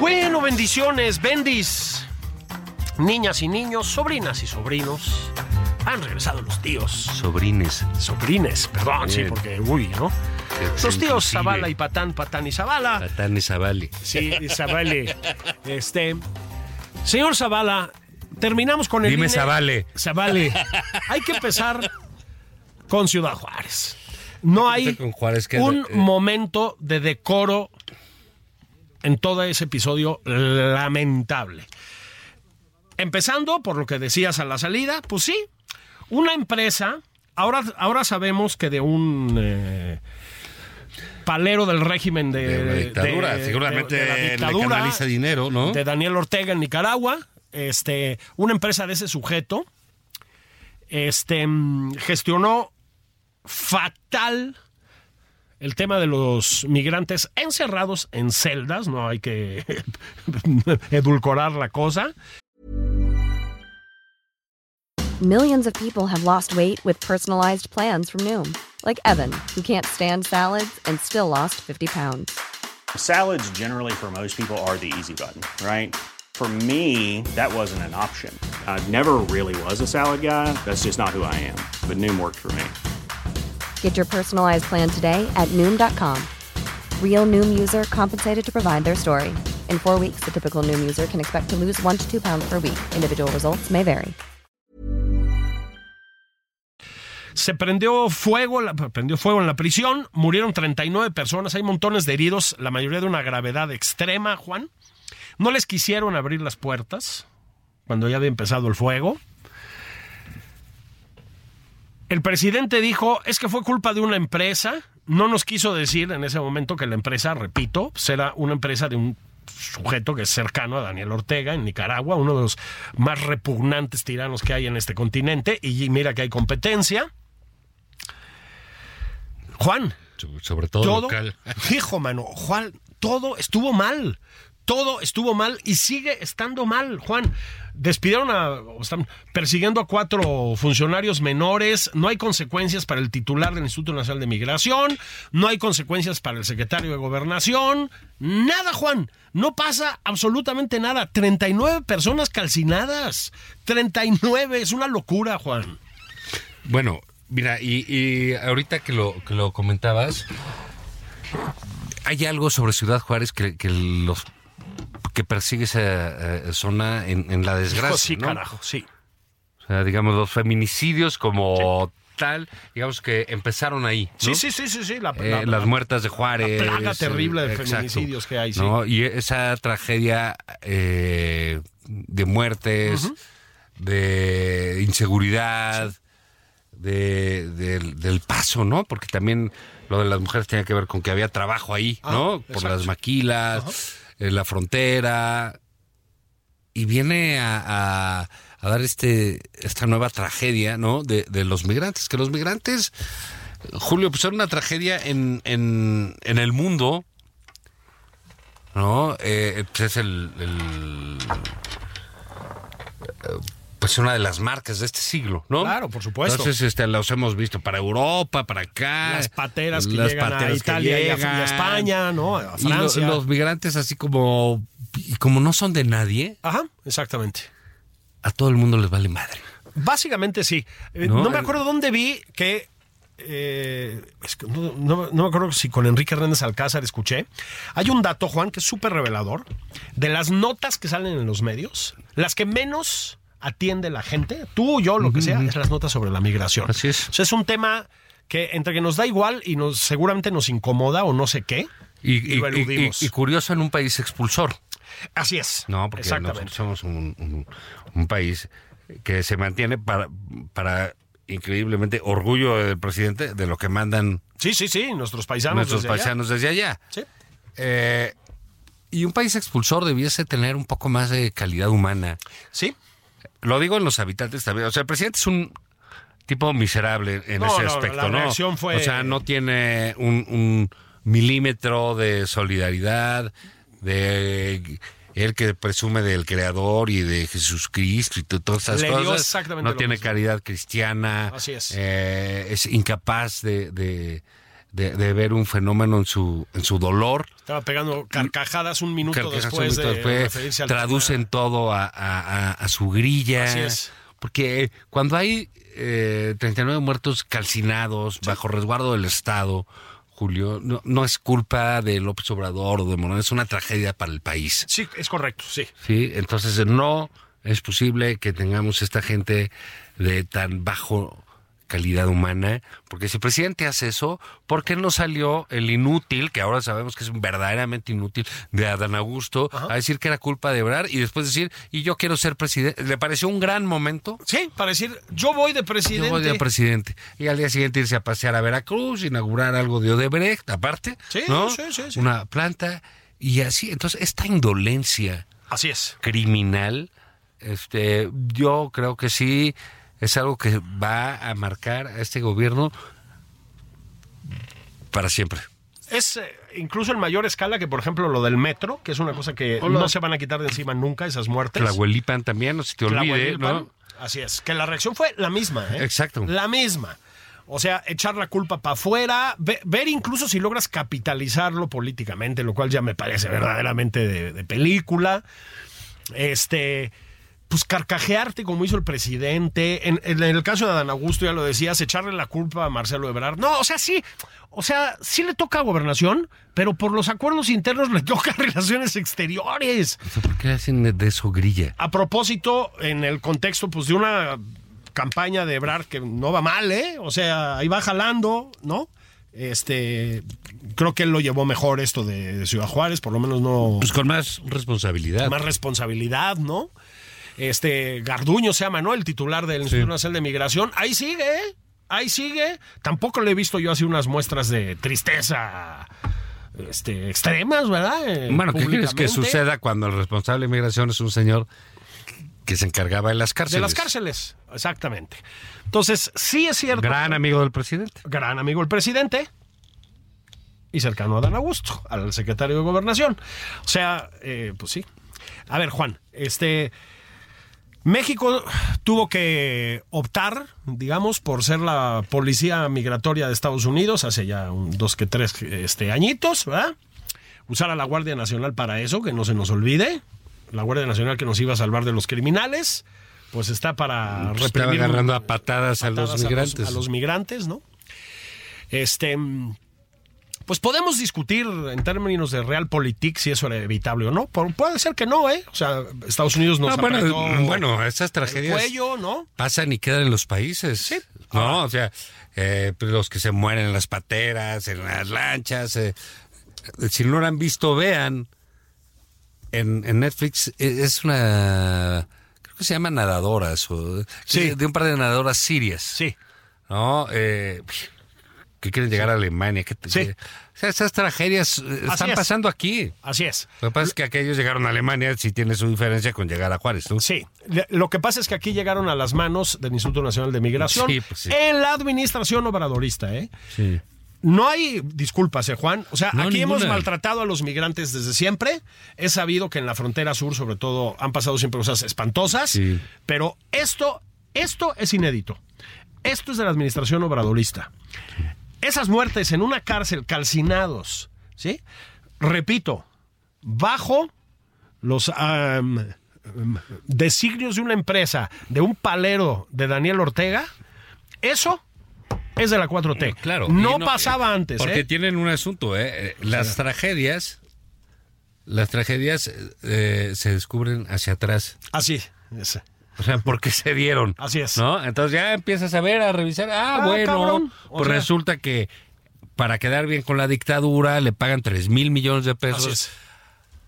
S2: Bueno, bendiciones, bendis. Niñas y niños, sobrinas y sobrinos. Han regresado los tíos.
S1: Sobrines.
S2: Sobrines, perdón, sí,
S1: Bien.
S2: porque, uy, ¿no? Los tíos Zavala y Patán, Patán y Zavala.
S1: Patán y Zavali.
S2: Sí, y Zavala. Este. Señor Zavala, terminamos con el.
S1: Dime
S2: INE.
S1: Zavale.
S2: Zavala. Hay que empezar con Ciudad Juárez. No hay
S1: Con Juárez que-
S2: un
S1: eh,
S2: momento de decoro en todo ese episodio lamentable. Empezando por lo que decías a la salida, pues sí, una empresa, ahora, ahora sabemos que de un eh, palero del régimen de,
S1: de la dictadura.
S2: de-
S1: Seguramente
S2: de la
S1: le
S2: dictadura,
S1: canaliza dinero, ¿no?
S2: de Daniel Ortega en Nicaragua, este, una empresa de ese sujeto, este, mm, gestionó fatal el tema de los migrantes encerrados en celdas, no hay que edulcorar la cosa.
S3: Millions of people have lost weight with personalized plans from Noom, like Evan, who can't stand salads and still lost 50 pounds.
S4: Salads, generally, for most people, are the easy button, right? For me, that wasn't an option. I never really was a salad guy. That's just not who I am. But Noom worked for me.
S3: Get your personalized plan today at Noom.com. Real Noom user compensated to provide their story. In four weeks, the typical Noom user can expect to lose one to two pounds per week. Individual results may vary.
S2: Se prendió fuego, la- prendió fuego en la prisión, murieron 39 personas, hay montones de heridos, la mayoría de una gravedad extrema, Juan. No les quisieron abrir las puertas cuando ya había empezado el fuego. El presidente dijo, es que fue culpa de una empresa. No nos quiso decir en ese momento que la empresa, repito, será una empresa de un sujeto que es cercano a Daniel Ortega en Nicaragua, uno de los más repugnantes tiranos que hay en este continente. Y mira que hay competencia. Juan,
S1: So- Sobre todo, local.
S2: Hijo, mano, Juan, todo estuvo mal. Todo estuvo mal y sigue estando mal, Juan. Despidieron a. o están persiguiendo a cuatro funcionarios menores. No hay consecuencias para el titular del Instituto Nacional de Migración. No hay consecuencias para el secretario de Gobernación. Nada, Juan. No pasa absolutamente nada. 39 personas calcinadas. 39. Es una locura, Juan.
S1: Bueno, mira, y, y ahorita que lo, que lo comentabas, hay algo sobre Ciudad Juárez que, que los que persigue esa eh, zona en, en la desgracia.
S2: Hijo, sí,
S1: ¿no?
S2: carajo, sí.
S1: O sea, digamos, los feminicidios como tal, digamos que empezaron ahí. ¿no?
S2: Sí, sí, sí, sí, sí. la-
S1: Eh,
S2: la-
S1: las muertas de Juárez.
S2: la plaga terrible de
S1: eh,
S2: feminicidios que hay, sí.
S1: ¿no? Y esa tragedia eh, de muertes, de inseguridad, de, del, del paso, ¿no? Porque también lo de las mujeres tenía que ver con que había trabajo ahí,
S2: Ah,
S1: ¿no? Por
S2: exacto.
S1: las maquilas, eh, la frontera. Y viene a, a- a dar este esta nueva tragedia, ¿no? De, de los migrantes. Que los migrantes, Julio, pues era una tragedia en, en, en el mundo, ¿no? Eh, pues es el, el- eh, Pues una de las marcas de este siglo, ¿no?
S2: Claro, por supuesto.
S1: Entonces, este, los hemos visto para Europa, para acá.
S2: las pateras que
S1: Ah, las
S2: llegan
S1: pateras
S2: a
S1: que
S2: Italia y a- y, a,
S1: llegan.
S2: España, ¿no? A
S1: Y lo-
S2: Francia.
S1: los migrantes así como... y como no son de nadie,
S2: Ajá, exactamente.
S1: a todo el mundo les vale madre.
S2: Básicamente sí. Eh, no,
S1: No,
S2: me
S1: el-
S2: acuerdo dónde vi que. eh, es que no, no- no me acuerdo si con Enrique Hernández Alcázar escuché. Hay un dato, Juan, que es súper revelador. De las notas que salen en los medios, las que menos atiende la gente, tú, yo, lo que sea, es las notas sobre la migración.
S1: Así es.
S2: O sea, es un tema que entre que nos da igual y nos seguramente nos incomoda o no sé qué.
S1: Y,
S2: Y
S1: y-
S2: lo
S1: y-
S2: eludimos.
S1: y curioso en un país expulsor,
S2: Así es.
S1: ¿no? Porque nosotros somos un, un- un país que se mantiene para, para increíblemente orgullo del presidente de lo que mandan
S2: Sí, sí, sí, nuestros paisanos.
S1: nuestros
S2: desde allá.
S1: paisanos desde allá.
S2: Sí.
S1: Eh, y un país expulsor debiese tener un poco más de calidad humana.
S2: Sí.
S1: Lo digo en los habitantes también. O sea, el presidente es un tipo miserable en
S2: No,
S1: ese
S2: no,
S1: aspecto,
S2: la
S1: ¿no?
S2: reacción fue-
S1: O sea, no tiene un, un milímetro de solidaridad, de él que presume del creador y de Jesucristo y to- todas esas
S2: Le dio
S1: cosas.
S2: exactamente
S1: no
S2: lo
S1: tiene
S2: mismo.
S1: caridad cristiana.
S2: Así es.
S1: Eh, es incapaz de, de- de- de ver un fenómeno en su, en su dolor.
S2: Estaba pegando carcajadas un minuto
S1: Creo que hace un
S2: después
S1: minuto
S2: de
S1: después,
S2: referirse al
S1: traducen
S2: tema.
S1: todo a, a- a- a su grilla.
S2: Así es.
S1: Porque cuando hay eh, 39 muertos calcinados bajo resguardo del Estado, Julio, no, no es culpa de López Obrador o de Morón, es una tragedia para el país.
S2: Sí, es correcto, sí.
S1: ¿sí? Entonces no es posible que tengamos esta gente de tan bajo calidad humana, porque si el presidente hace eso, ¿por qué no salió el inútil, que ahora sabemos que es verdaderamente inútil, de Adán Augusto, a decir que era culpa de Ebrar y después decir, y yo quiero ser presidente? ¿Le pareció un gran momento?
S2: Sí, para decir, yo voy de presidente.
S1: Yo voy de presidente. Y al día siguiente irse a pasear a Veracruz, inaugurar algo de Odebrecht, aparte,
S2: Sí,
S1: ¿no?
S2: sí, sí, sí.
S1: Una planta, y así. Entonces, esta indolencia
S2: Así es.
S1: criminal, este, yo creo que sí es algo que va a marcar a este gobierno para siempre.
S2: Es eh, incluso en mayor escala que, por ejemplo, lo del metro, que es una cosa que no se van a quitar de encima nunca, esas muertes.
S1: Tlahuelipan también, no se te olvide,
S2: Tlahuelilpan.
S1: ¿no?
S2: Así es. Que la reacción fue la misma, ¿eh?
S1: Exacto.
S2: La misma. O sea, echar la culpa para afuera, ve- ver incluso si logras capitalizarlo políticamente, lo cual ya me parece verdaderamente de, de película. Este. pues carcajearte como hizo el presidente. En, en el caso de Adán Augusto, ya lo decías, echarle la culpa a Marcelo Ebrard. No, o sea, sí, o sea, sí le toca a gobernación, pero por los acuerdos internos le toca a relaciones exteriores.
S1: O sea, ¿Por qué hacen de eso grilla?
S2: A propósito, en el contexto pues de una campaña de Ebrard que no va mal, ¿eh? O sea, ahí va jalando, ¿no? Este, creo que él lo llevó mejor esto de, de Ciudad Juárez, por lo menos no
S1: Pues con más responsabilidad.
S2: más responsabilidad, ¿no? Este, Garduño se llama, ¿no? El titular del Instituto Nacional de Migración. Ahí sigue, ¿eh? ahí sigue. Tampoco le he visto yo así unas muestras de tristeza este, extremas, ¿verdad? Eh,
S1: Bueno, ¿qué crees que
S2: públicamente.
S1: suceda cuando el responsable de inmigración es un señor que se encargaba de las cárceles?
S2: De las cárceles, exactamente. Entonces, sí es cierto.
S1: Gran amigo del presidente.
S2: gran amigo el presidente y cercano a Dan Augusto, al secretario de Gobernación. O sea, eh, pues sí. A ver, Juan, este. México tuvo que optar, digamos, por ser la policía migratoria de Estados Unidos hace ya un, dos que tres este, añitos, ¿verdad? Usar a la Guardia Nacional para eso, que no se nos olvide. La Guardia Nacional que nos iba a salvar de los criminales, pues está para
S1: Pues estaba
S2: reprimir
S1: agarrando a patadas, a
S2: patadas
S1: los
S2: A
S1: migrantes.
S2: los, migrantes, ¿no? Este. mm, Pues podemos discutir en términos de realpolitik si eso era evitable o no. Por- Puede ser que no, ¿eh? O sea, Estados Unidos nos
S1: No, Ah, bueno, eh,
S2: apretó
S1: bueno, esas
S2: el
S1: tragedias
S2: cuello, ¿no?
S1: pasan y quedan en los países.
S2: Sí. Ah.
S1: No, o sea, eh, pues los que se mueren en las pateras, en las lanchas. eh, si no lo han visto, vean. En, en Netflix eh, es una. Creo que se llama Nadadoras. O,
S2: Sí.
S1: De un par de nadadoras sirias.
S2: Sí.
S1: ¿no? Eh, que quieren llegar a Alemania. Que,
S2: Sí.
S1: que- o sea, esas tragedias eh, están
S2: es.
S1: pasando aquí.
S2: Así es.
S1: Lo que pasa es que aquellos llegaron a Alemania, si tiene su diferencia con llegar a Juárez, ¿no?
S2: Sí, le- lo que pasa es que aquí llegaron a las manos del Instituto Nacional de Migración
S1: Sí, pues sí.
S2: en la administración obradorista, ¿eh?
S1: Sí.
S2: No hay disculpas, ¿eh, Juan. O sea,
S1: No,
S2: aquí hemos
S1: ninguna.
S2: maltratado a los migrantes desde siempre. Es sabido que en la frontera sur, sobre todo, han pasado siempre cosas espantosas.
S1: Sí.
S2: Pero esto, esto es inédito. Esto es de la administración obradorista. Esas muertes en una cárcel, calcinados, ¿sí? Repito, bajo los am, am, designios de una empresa, de un palero de Daniel Ortega, eso es de la 4T.
S1: Eh, Claro.
S2: No,
S1: Y
S2: pasaba
S1: eh,
S2: antes.
S1: Porque
S2: ¿eh?
S1: tienen un asunto, ¿eh? Eh, Las tragedias. Las tragedias eh, se descubren hacia atrás.
S2: Así es.
S1: O sea, porque se dieron.
S2: Así es.
S1: ¿No? Entonces ya empiezas a ver, a revisar. Ah,
S2: Ah,
S1: bueno.
S2: cabrón. O
S1: Pues
S2: sea-
S1: resulta que para quedar bien con la dictadura le pagan 3 mil millones de
S2: Así
S1: pesos
S2: es.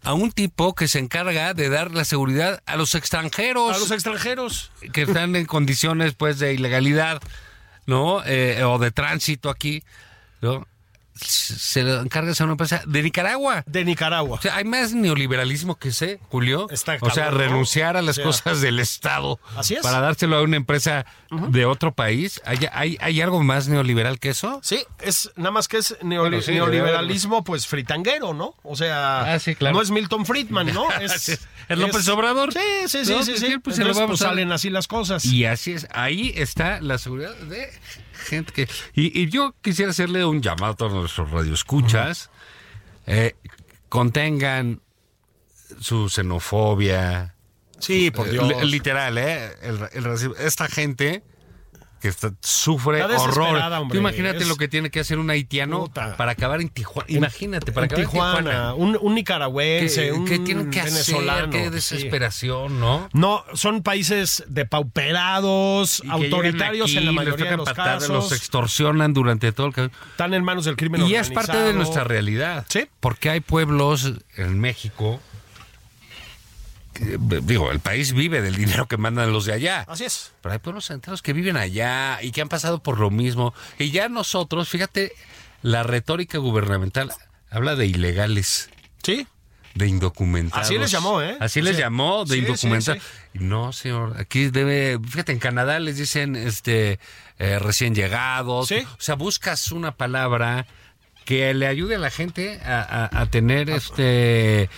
S1: a un tipo que se encarga de dar la seguridad a los extranjeros
S2: A los extranjeros.
S1: que están en condiciones pues de ilegalidad, ¿no? Eh, o de tránsito aquí, ¿no? Se lo encargas a una empresa de Nicaragua.
S2: De Nicaragua.
S1: O sea, hay más neoliberalismo que sé, Julio.
S2: Está
S1: o sea,
S2: cabrón, ¿no?
S1: renunciar a las
S2: O sea,
S1: cosas del Estado
S2: así es.
S1: para dárselo a una empresa de otro país. ¿Hay, hay, hay algo más neoliberal que eso?
S2: Sí, es nada más que es neoli-
S1: Bueno, sí,
S2: neoliberalismo, pues fritanguero, ¿no? O sea,
S1: Ah, sí, claro.
S2: no es Milton Friedman, ¿no? Es,
S1: Así es. Es López Obrador.
S2: Sí, sí, sí,
S1: No,
S2: sí.
S1: pues
S2: sí.
S1: sí, pues se lo
S2: Entonces,
S1: vamos
S2: pues,
S1: a-
S2: salen así las cosas.
S1: Y así es, ahí está la seguridad de gente que... Y, y yo quisiera hacerle un llamado a todos nuestros radioescuchas. Eh, contengan su xenofobia. Eh,
S2: sí, por Dios.
S1: Li- literal, ¿eh? El, el racismo. Esta gente que está- sufre
S2: Está desesperada,
S1: horror.
S2: hombre.
S1: Tú imagínate
S2: Es-
S1: lo que tiene que hacer un haitiano
S2: Puta.
S1: para acabar en Tijuana. Imagínate, para
S2: En
S1: acabar en
S2: Tijuana,
S1: Tijuana.
S2: un, un
S1: ¿Qué,
S2: nicaragüense, un
S1: qué tienen que hacer?
S2: venezolano.
S1: Qué
S2: sí.
S1: desesperación, ¿no?
S2: No, son países depauperados,
S1: Y que llegan
S2: autoritarios
S1: aquí,
S2: en la
S1: les
S2: mayoría de
S1: tocan
S2: los
S1: patadas,
S2: casos.
S1: Los extorsionan durante todo el camino.
S2: están en manos del crimen
S1: Y es parte de
S2: organizado.
S1: nuestra realidad.
S2: Sí.
S1: Porque hay pueblos en México. que, digo, el país vive del dinero que mandan los de allá.
S2: Así es.
S1: Pero hay pueblos enteros que viven allá y que han pasado por lo mismo. Y ya nosotros, fíjate, la retórica gubernamental habla de ilegales,
S2: Sí.
S1: de indocumentados.
S2: Así les llamó, ¿eh?
S1: Así
S2: O
S1: les
S2: sea,
S1: llamó, de
S2: sí,
S1: indocumentados.
S2: sí,
S1: No, señor, aquí debe, fíjate, en Canadá les dicen este eh, recién llegados.
S2: Sí.
S1: O sea, buscas una
S2: Ah.
S1: palabra que le ayude a la gente a, a- a tener este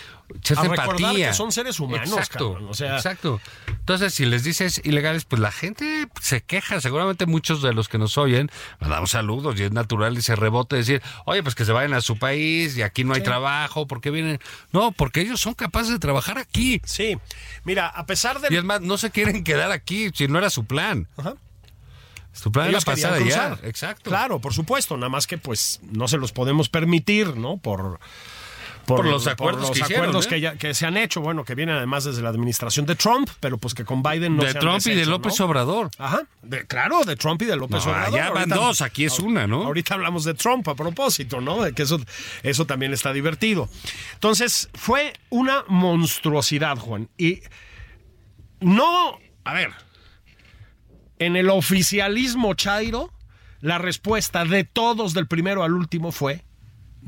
S1: echarte
S2: A recordar
S1: empatía.
S2: que son seres humanos,
S1: Exacto,
S2: cabrón, o sea-
S1: exacto. Entonces, si les dices ilegales, pues la gente se queja. Seguramente muchos de los que nos oyen mandamos saludos y es natural y se rebote decir, oye, pues que se vayan a su país y aquí no hay trabajo, ¿por qué vienen? No, porque ellos son capaces de trabajar aquí.
S2: Sí. Mira, a pesar
S1: Y
S2: del.
S1: es más, no se quieren quedar aquí si no era su plan.
S2: Ajá.
S1: Su plan
S2: Ellos
S1: era
S2: querían
S1: pasar allá.
S2: cruzar.
S1: Exacto.
S2: Claro, por supuesto, nada más que pues no se los podemos permitir, ¿no? Por,
S1: Por los acuerdos
S2: los
S1: que hicieron,
S2: acuerdos
S1: ¿eh?
S2: que, ya- que se han hecho, bueno, que vienen además desde la administración de Trump, pero pues que con Biden no
S1: de
S2: se han
S1: Trump y de
S2: deshecho,
S1: López
S2: ¿no?
S1: Obrador.
S2: Ajá, de- claro, de Trump y de López
S1: No,
S2: Obrador.
S1: allá van
S2: Ahorita-
S1: dos, aquí es una, ¿no?
S2: Ahorita hablamos de Trump a propósito, ¿no? De que eso, eso también está divertido. Entonces, fue una monstruosidad, Juan. Y no, a ver, en el oficialismo Chairo, la respuesta de todos del primero al último fue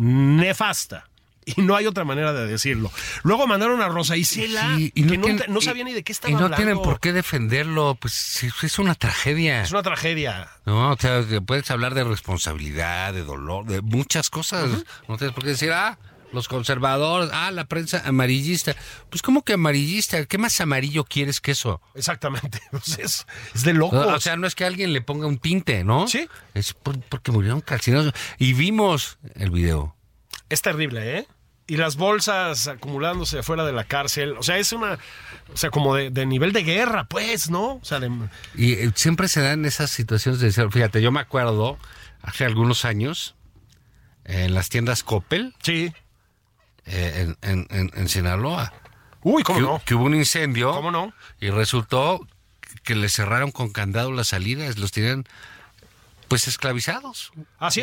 S2: nefasta. Y no hay otra manera de decirlo. Luego mandaron a Rosa Isela,
S1: Sí,
S2: que no,
S1: tienen-
S2: te- no
S1: y-
S2: sabía ni de qué estaba
S1: Y no
S2: hablando.
S1: tienen por qué defenderlo, pues sí, es una tragedia.
S2: Es una tragedia.
S1: No, o sea, que puedes hablar de responsabilidad, de dolor, de muchas cosas. No tienes por qué decir, ah, los conservadores, ah, la prensa amarillista. Pues, ¿cómo que amarillista? ¿Qué más amarillo quieres que eso?
S2: Exactamente. Pues es, es de locos.
S1: O sea, no es que alguien le ponga un tinte, ¿no?
S2: Sí.
S1: Es por- porque murieron calcinados. Y vimos el video.
S2: es terrible, ¿eh? Y las bolsas acumulándose afuera de la cárcel. O sea, es una. O sea, como de, de nivel de guerra, pues, ¿no? O sea, de.
S1: Y eh, siempre se dan esas situaciones de decir, fíjate, yo me acuerdo hace algunos años en las tiendas Coppel
S2: Sí.
S1: eh, en, en- en- en Sinaloa.
S2: Uy, ¿cómo
S1: que,
S2: no?
S1: que hubo un incendio.
S2: ¿Cómo no?
S1: Y resultó que le cerraron con candado las salidas, los tenían pues esclavizados.
S2: Así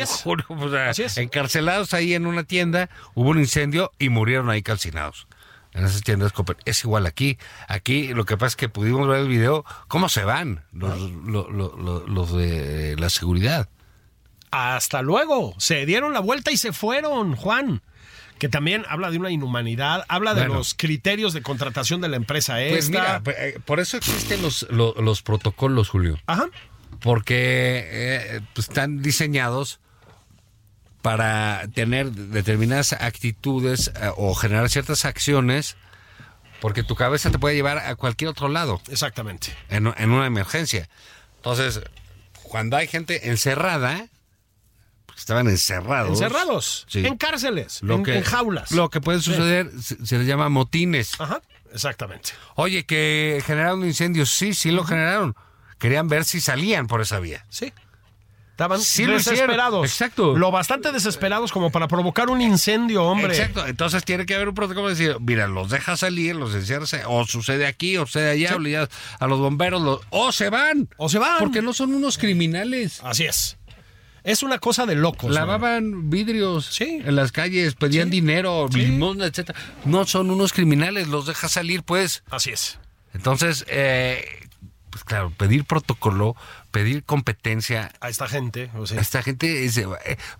S2: es.
S1: Juro, o sea,
S2: Así es.
S1: Encarcelados ahí en una tienda, hubo un incendio y murieron ahí calcinados. En esas tiendas Coppel. Es igual aquí. Aquí lo que pasa es que pudimos ver el video, cómo se van los,
S2: Ah.
S1: lo- lo- lo- los de la seguridad.
S2: Hasta luego. Se dieron la vuelta y se fueron, Juan. Que también habla de una inhumanidad, habla de
S1: Bueno.
S2: los criterios de contratación de la empresa esta.
S1: Pues mira, pues, eh, por eso existen los, lo- los protocolos, Julio.
S2: Ajá.
S1: porque eh, pues, están diseñados para tener determinadas actitudes eh, o generar ciertas acciones, porque tu cabeza te puede llevar a cualquier otro lado
S2: Exactamente.
S1: en, en una emergencia. Entonces, cuando hay gente encerrada, porque estaban encerrados.
S2: Encerrados.
S1: Sí.
S2: En cárceles.
S1: Lo
S2: en,
S1: que-
S2: en jaulas. Ah.
S1: Lo que puede suceder se, se les llama motines.
S2: Ajá. Exactamente.
S1: Oye, que generaron incendios. Sí, sí lo generaron. Querían ver si salían por esa vía.
S2: Sí. Estaban
S1: Sí lo hicieron,
S2: desesperados.
S1: exacto.
S2: Lo bastante desesperados como para provocar un incendio, hombre.
S1: Exacto, entonces tiene que haber un protocolo de decir, mira, los deja salir, los encierras, o sucede aquí, o sucede allá, obligas a los bomberos, los- o se van.
S2: O se van. Ah,
S1: Porque no son unos criminales.
S2: Así es. Es una cosa de locos. ¿no?
S1: Lavaban vidrios
S2: pues, Sí.
S1: en las calles, pedían dinero, limosna, etcétera. No son unos criminales, los deja salir, pues.
S2: Así es.
S1: Entonces, eh, pues claro, pedir protocolo, pedir competencia
S2: A esta gente. o sea,
S1: Esta gente es. eh,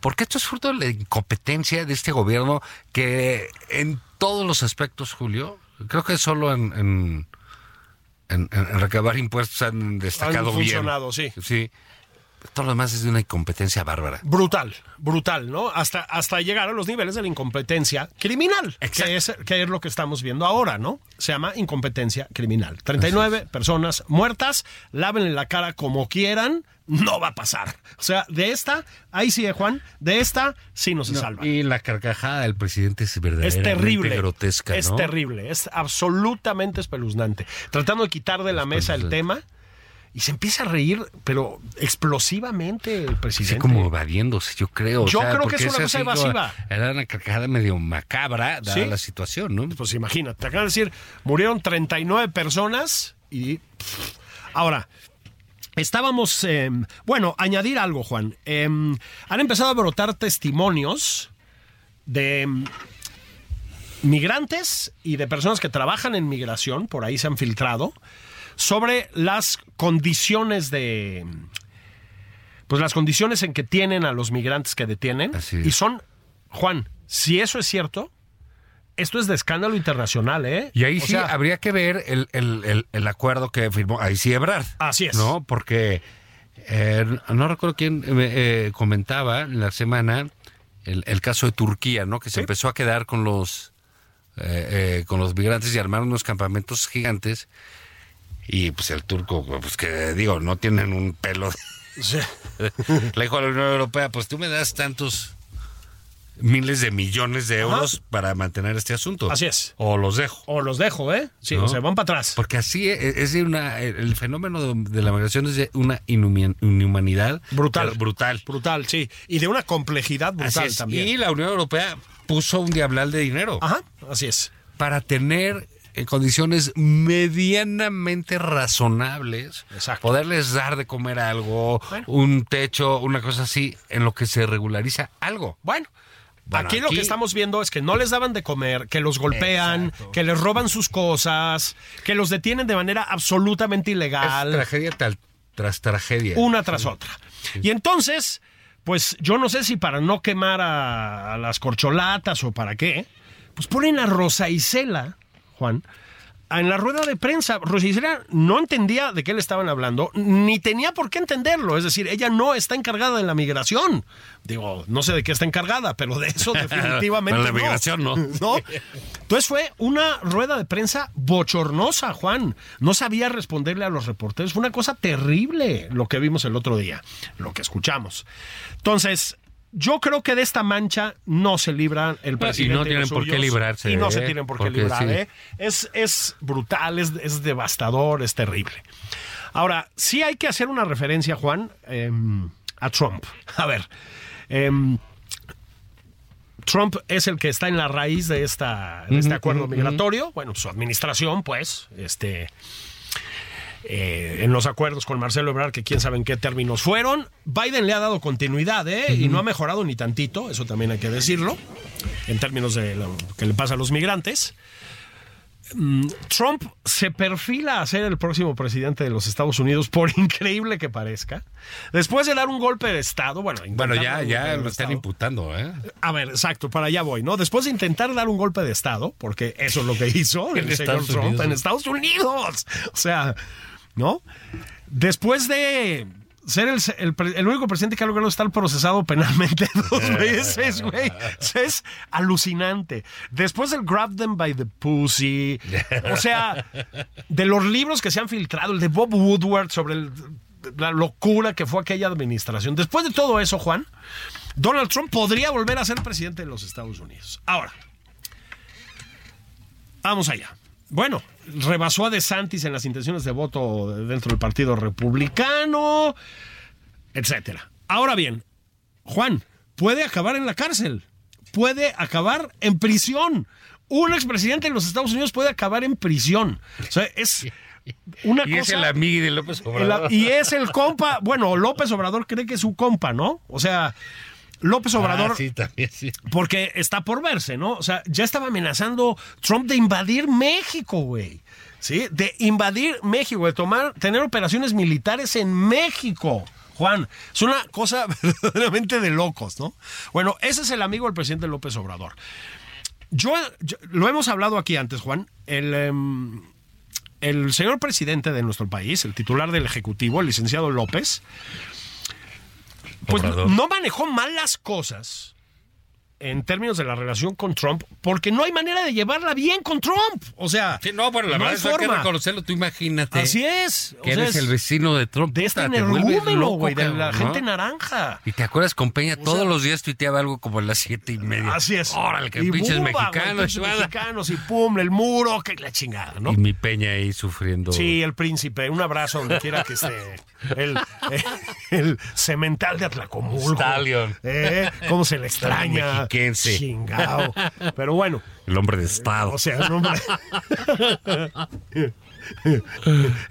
S1: Porque esto es fruto de la incompetencia de este gobierno que en todos los aspectos, Julio, creo que solo en, en, en- en recabar impuestos han destacado
S2: Han funcionado, sí.
S1: bien. Sí. Todo lo demás es de una incompetencia bárbara.
S2: Brutal, brutal, ¿no? Hasta, hasta llegar a los niveles de la incompetencia criminal,
S1: Exacto.
S2: que es, que es lo que estamos viendo ahora, ¿no? Se llama incompetencia criminal. 39 personas muertas, lávenle la cara como quieran, no va a pasar. O sea, de esta, ahí sí, eh, Juan, de esta sí no se salva.
S1: Y la carcajada del presidente es verdaderamente
S2: Es terrible.
S1: grotesca.
S2: Es
S1: ¿no?
S2: terrible. Es absolutamente espeluznante. Tratando de quitar de la mesa el tema y se empieza a reír, pero explosivamente el presidente.
S1: Así como evadiéndose, yo creo. o
S2: Yo
S1: sea,
S2: creo que
S1: porque
S2: es una cosa
S1: así como-
S2: evasiva.
S1: Era una carcajada medio macabra, dada
S2: Sí.
S1: la situación, ¿no?
S2: Pues imagínate, te acaban de decir, murieron 39 personas y... pff, Ahora, estábamos... eh, bueno, añadir algo, Juan. Eh, han empezado a brotar testimonios de mm, migrantes y de personas que trabajan en migración, por ahí se han filtrado, sobre las condiciones de... em, Pues las condiciones en que tienen a los migrantes que detienen.
S1: Así es.
S2: Y son, Juan, si eso es cierto, esto es de escándalo internacional, ¿eh?
S1: Y ahí
S2: O
S1: sí
S2: sea,
S1: habría que ver el, el- el- el acuerdo que firmó. Ahí sí Ebrard.
S2: Así es.
S1: ¿No? Porque eh, no recuerdo quién eh, eh, comentaba en la semana el, el caso de Turquía, ¿no? Que se empezó a quedar con los eh, eh, con los migrantes y armaron unos campamentos gigantes. Y pues el turco, pues que digo, no tienen un pelo. Le dijo a la Unión Europea, pues tú me das tantos miles de millones de euros para mantener este asunto.
S2: Así es.
S1: O los dejo.
S2: O los dejo, ¿eh? Sí,
S1: ¿No?
S2: se van para atrás.
S1: Porque así es, es de una, e, el fenómeno de, de la migración es de una inhumi- inhumanidad
S2: Brutal.
S1: pero brutal.
S2: Brutal, sí. Y de una complejidad
S1: Así
S2: brutal
S1: es.
S2: también.
S1: Y la Unión Europea puso un diablal de dinero
S2: Ajá, así es.
S1: para tener eh, condiciones medianamente razonables,
S2: Exacto.
S1: poderles dar de comer algo,
S2: Bueno.
S1: un techo, una cosa así, en lo que se regulariza algo.
S2: Bueno.
S1: Bueno,
S2: aquí, lo
S1: aquí-
S2: que estamos viendo es que no les daban de comer, que los golpean, que les roban sus cosas, que los detienen de manera absolutamente
S1: Es
S2: ilegal.
S1: tragedia tal- tras tragedia.
S2: una tras otra. Y entonces, pues yo no sé si para no quemar a, a las corcholatas o para qué, pues ponen a Rosa Isela, Juan, en la rueda de prensa. Rosa Isela no entendía de qué le estaban hablando, ni tenía por qué entenderlo. Es decir, ella no está encargada de la migración. Digo, no sé de qué está encargada, pero de eso definitivamente.
S1: Bueno, la
S2: no.
S1: migración no.
S2: ¿no? Entonces fue una rueda de prensa bochornosa, Juan. No sabía responderle a los reporteros. Fue una cosa terrible lo que vimos el otro día, lo que escuchamos. Entonces, yo creo que de esta mancha no se libra el presidente.
S1: no
S2: los
S1: tienen por qué
S2: suyos,
S1: librarse,
S2: Y no
S1: ¿eh?
S2: se tienen por qué
S1: Porque
S2: librar.
S1: sí.
S2: ¿eh? Es, es brutal, es, es devastador, es terrible. Ahora, sí hay que hacer una referencia, Juan, em, a Trump. A ver. em, Trump es el que está en la raíz de, esta, de este acuerdo migratorio. Bueno, su administración, pues, este, eh, en los acuerdos con Marcelo Ebrard, que quién sabe en qué términos fueron. Biden le ha dado continuidad, ¿eh? Y no ha mejorado ni tantito, eso también hay que decirlo, en términos de lo que le pasa a los migrantes. Mm, Trump se perfila a ser el próximo presidente de los Estados Unidos, por increíble que parezca. Después de dar un golpe de Estado, bueno,
S1: Bueno,
S2: intentar
S1: ya,
S2: dar un
S1: ya
S2: golpe de
S1: lo están
S2: Estado.
S1: imputando, ¿eh?
S2: A ver, exacto, para allá voy, ¿no? Después de intentar dar un golpe de Estado, porque eso es lo que hizo el
S1: En
S2: señor
S1: Estados
S2: Trump
S1: Unidos.
S2: en Estados Unidos. O sea, ¿no? Después de ser el, el pre- el único presidente que ha logrado estar procesado penalmente dos veces, güey. O sea, Es alucinante. Después del Grab Them by the Pussy. O sea, de los libros que se han filtrado, el de Bob Woodward sobre el- la locura que fue aquella administración. Después de todo eso, Juan, Donald Trump podría volver a ser presidente de los Estados Unidos. Ahora, vamos allá. Bueno, rebasó a DeSantis en las intenciones de voto dentro del Partido Republicano, etcétera. Ahora bien, Juan, puede acabar en la cárcel, puede acabar en prisión. Un expresidente de los Estados Unidos puede acabar en prisión. O sea, es una
S1: Y
S2: cosa...
S1: es el amigo de López
S2: El
S1: Obrador.
S2: a- y es el compa, bueno, López Obrador cree que es su compa, ¿no? O sea, López Obrador,
S1: Ah, sí, también, sí.
S2: porque está por verse, ¿no? O sea, ya estaba amenazando Trump de invadir México, güey. ¿Sí? De invadir México, de tomar, tener operaciones militares en México. Juan, es una cosa verdaderamente de locos, ¿no? Bueno, ese es el amigo del presidente López Obrador. Yo, yo- lo hemos hablado aquí antes, Juan. El, em, el señor presidente de nuestro país, el titular del Ejecutivo, el licenciado López, pues
S1: Obrador.
S2: no manejó mal las cosas en términos de la relación con Trump, porque no hay manera de llevarla bien con Trump. O sea,
S1: Sí, no, bueno, la
S2: no
S1: verdad
S2: hay
S1: es que hay que
S2: forma.
S1: reconocerlo. Tú imagínate
S2: Así es. O
S1: que
S2: sea,
S1: eres
S2: es
S1: el vecino de Trump.
S2: de este
S1: puta, te vuelves
S2: energúmeno,
S1: loco,
S2: güey, de la
S1: cabrón,
S2: gente
S1: ¿no?
S2: naranja.
S1: Y te acuerdas con Peña, todos los días tuiteaba algo como a las siete y media.
S2: Así es.
S1: Órale, que
S2: Y
S1: pinches
S2: bumba, güey,
S1: mexicanos.
S2: pinches
S1: chulada.
S2: mexicanos y pum, el muro, que la chingada, ¿no?
S1: Y mi Peña ahí sufriendo.
S2: Sí, el príncipe. Un abrazo donde quiera que esté. El, eh, el cemental de Atlacomulco.
S1: Stallion.
S2: ¿Eh? ¿Cómo se le extraña?
S1: Mexiquense.
S2: Chingao. Pero bueno,
S1: El hombre de Estado.
S2: o sea, el nombre.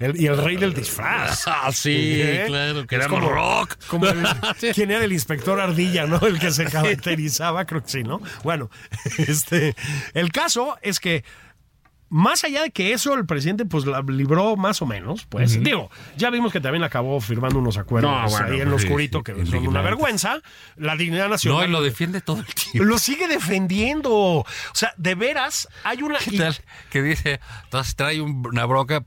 S2: El- y el rey del disfraz.
S1: Ah, sí,
S2: ¿Eh?
S1: claro, que
S2: Es
S1: era
S2: como-
S1: rock.
S2: Como el- ¿Quién era el inspector Ardilla, no? El que se caracterizaba, creo que sí, ¿no? Bueno, este, el caso es que más allá de que eso el presidente pues la libró más o menos, pues digo, ya vimos que también acabó firmando unos acuerdos
S1: No, bueno,
S2: ahí en lo
S1: sí,
S2: oscurito
S1: sí,
S2: que son una
S1: indignante.
S2: vergüenza, la dignidad
S1: No,
S2: nacional.
S1: y lo defiende todo el tiempo.
S2: lo sigue defendiendo. O sea, de veras, hay una
S1: ¿Qué tal? Que dice, entonces trae un- una broca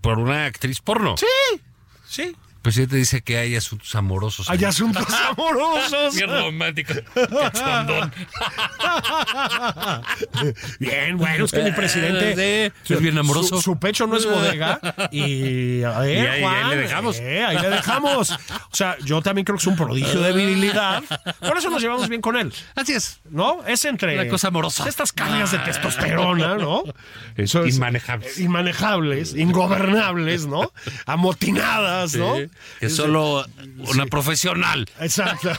S1: por una actriz porno.
S2: Sí, sí.
S1: presidente dice que hay asuntos amorosos.
S2: Hay asuntos amorosos.
S1: Bien romántico. Cachondón.
S2: Bien, bueno, es que mi presidente.
S1: Sí, Eh, es bien amoroso. Eh.
S2: Su, su pecho no es bodega. Y a ver,
S1: Y ahí-
S2: Juan,
S1: ahí le dejamos.
S2: eh, ahí le dejamos. O sea, yo también creo que es un prodigio de virilidad. Por eso nos llevamos bien con él.
S1: Así es.
S2: ¿No? Es entre.
S1: Una cosa amorosa.
S2: Estas cargas de testosterona, ¿no? Eso es-
S1: Inmanejables.
S2: eh, Inmanejables, ingobernables, ¿no? Amotinadas, ¿no?
S1: Sí, Que solo una profesional.
S2: Exacto.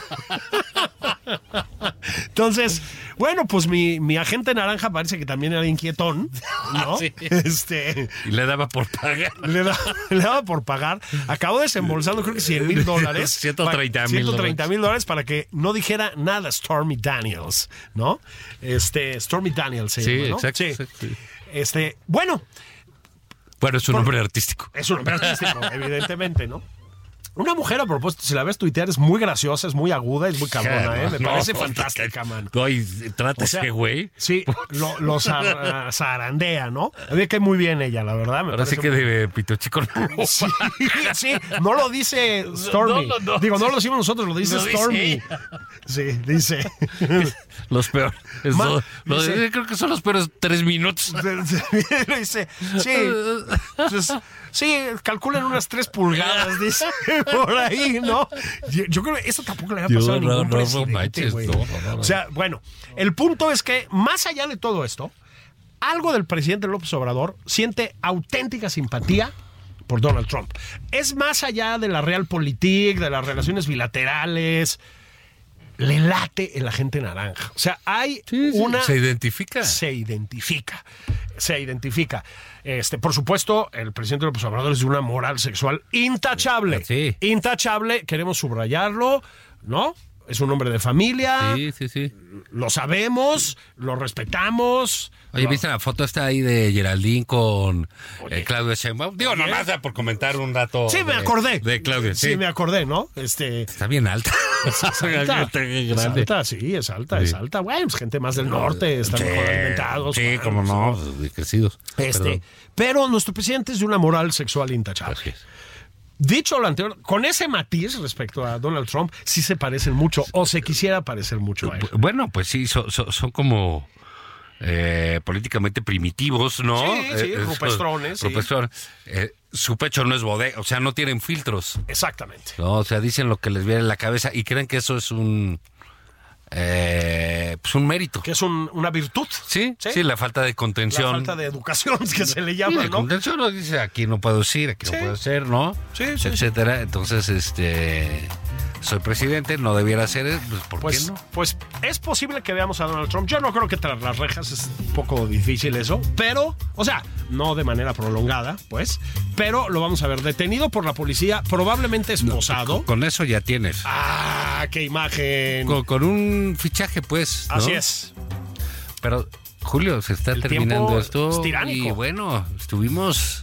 S2: Entonces, bueno, pues mi, mi agente naranja parece que también era inquietón, ¿no?
S1: Sí.
S2: Este,
S1: Y le daba por pagar.
S2: le, da- le daba por pagar. Acabó desembolsando creo que 100 mil dólares.
S1: 130 mil
S2: 130 mil dólares para que no dijera nada Stormy Daniels, ¿no? Este, Stormy Daniels. se
S1: Sí,
S2: llama, ¿no?
S1: exacto,
S2: Sí.
S1: exacto, sí.
S2: Este, bueno,
S1: Bueno, es un nombre artístico.
S2: es un hombre artístico, evidentemente, ¿no? Una mujer, a propósito, si la ves tuitear, es muy graciosa, es muy aguda, es muy cabrona, ¿eh? Me
S1: No,
S2: parece
S1: no,
S2: fantástica, mano.
S1: No, y trátese,
S2: O sea,
S1: güey.
S2: Sí, lo, lo zar- eh, zarandea, ¿no? A mí que muy bien ella, la verdad. Me
S1: Ahora sí
S2: parece
S1: que de Pito Chico no lo
S2: Sí,
S1: van.
S2: sí, no lo dice Stormy.
S1: No, no, no.
S2: Digo, no lo decimos nosotros, lo dice
S1: Lo dice
S2: Stormy.
S1: ella.
S2: sí, dice.
S1: Los peores.
S2: Ma-
S1: lo- lo-
S2: dice-
S1: creo que son los peores tres minutos.
S2: lo dice. Sí. Pues, sí, calculan unas tres pulgadas, dice por ahí, ¿no? Yo, yo creo que eso tampoco le había pasado a
S1: Dios, no,
S2: ningún
S1: no, no
S2: presidente,
S1: manches,
S2: güey.
S1: no, no, no, no.
S2: O sea, bueno, el punto es que, más allá de todo esto, algo del presidente López Obrador siente auténtica simpatía por Donald Trump. Es más allá de la realpolitik, de las relaciones bilaterales. Le late el agente naranja. O sea, hay una
S1: Se identifica.
S2: se identifica. Se identifica. Este, por supuesto, el presidente López Obrador es de una moral sexual intachable.
S1: Sí.
S2: Intachable, queremos subrayarlo, ¿no? Es un hombre de familia,
S1: Sí, sí, sí.
S2: lo sabemos, lo respetamos.
S1: Oye,
S2: lo-
S1: ¿viste la foto esta ahí de Geraldine con eh, Claudia Sheinbaum? Digo, nomás da por comentar un rato.
S2: Sí, me
S1: de-
S2: acordé.
S1: De Claudia, sí.
S2: Sí, me acordé, ¿no? Este,
S1: Está bien alta.
S2: alta.
S1: Está bien
S2: Es
S1: grande.
S2: alta, sí, es alta,
S1: Sí.
S2: es alta. Bueno, pues gente más del norte, están
S1: Sí,
S2: mejor alimentados.
S1: Sí,
S2: bueno,
S1: como no, de crecidos.
S2: Este,
S1: Perdón.
S2: pero nuestro presidente es de una moral sexual intachable.
S1: Así es.
S2: Dicho lo anterior, con ese matiz respecto a Donald Trump, sí se parecen mucho o se quisiera parecer mucho a él.
S1: Bu- Bueno, pues sí, so- so- son como eh, políticamente primitivos, ¿no?
S2: Sí, sí,
S1: Eh, eh,
S2: rupestrones, sí.
S1: rupestrones. Eh, su pecho no es bodega, o sea, no tienen filtros,
S2: Exactamente.
S1: ¿no? O sea, dicen lo que les viene en la cabeza y creen que eso es un, eh, pues un mérito.
S2: Que es un- una virtud.
S1: Sí, sí,
S2: Sí.
S1: la falta de
S2: La
S1: contención.
S2: falta de educación que se le
S1: Sí,
S2: llama,
S1: de
S2: ¿no?
S1: contención, ¿no? dice aquí no puedo decir, aquí
S2: Sí.
S1: no puedo ser, ¿no?
S2: Sí, sí, sí.
S1: Etcétera. Entonces, este, soy presidente, no debiera ser, pues, ¿por qué
S2: Pues,
S1: no?
S2: pues es posible que veamos a Donald Trump. Yo no creo que tras las rejas es un poco difícil eso, pero, o sea, no de manera prolongada, pues, pero lo vamos a ver detenido por la policía, probablemente esposado.
S1: Con eso ya tienes.
S2: ah, qué imagen.
S1: Con, con un fichaje, pues. ¿no?
S2: Así es.
S1: Pero, Julio, se está
S2: El
S1: terminando
S2: tiempo
S1: esto.
S2: es tiránico.
S1: Y bueno, estuvimos.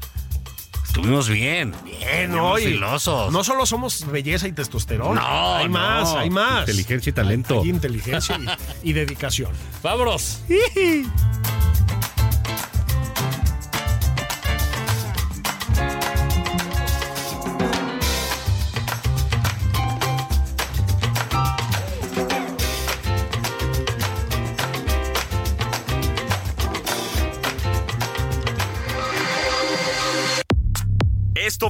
S1: Estuvimos bien. Bien,
S2: Eh, No, y
S1: filosos.
S2: No solo somos belleza y testosterona.
S1: No,
S2: hay más,
S1: no.
S2: hay más.
S1: Inteligencia y talento.
S2: Hay inteligencia y, y dedicación.
S1: ¡Vámonos!
S5: Esto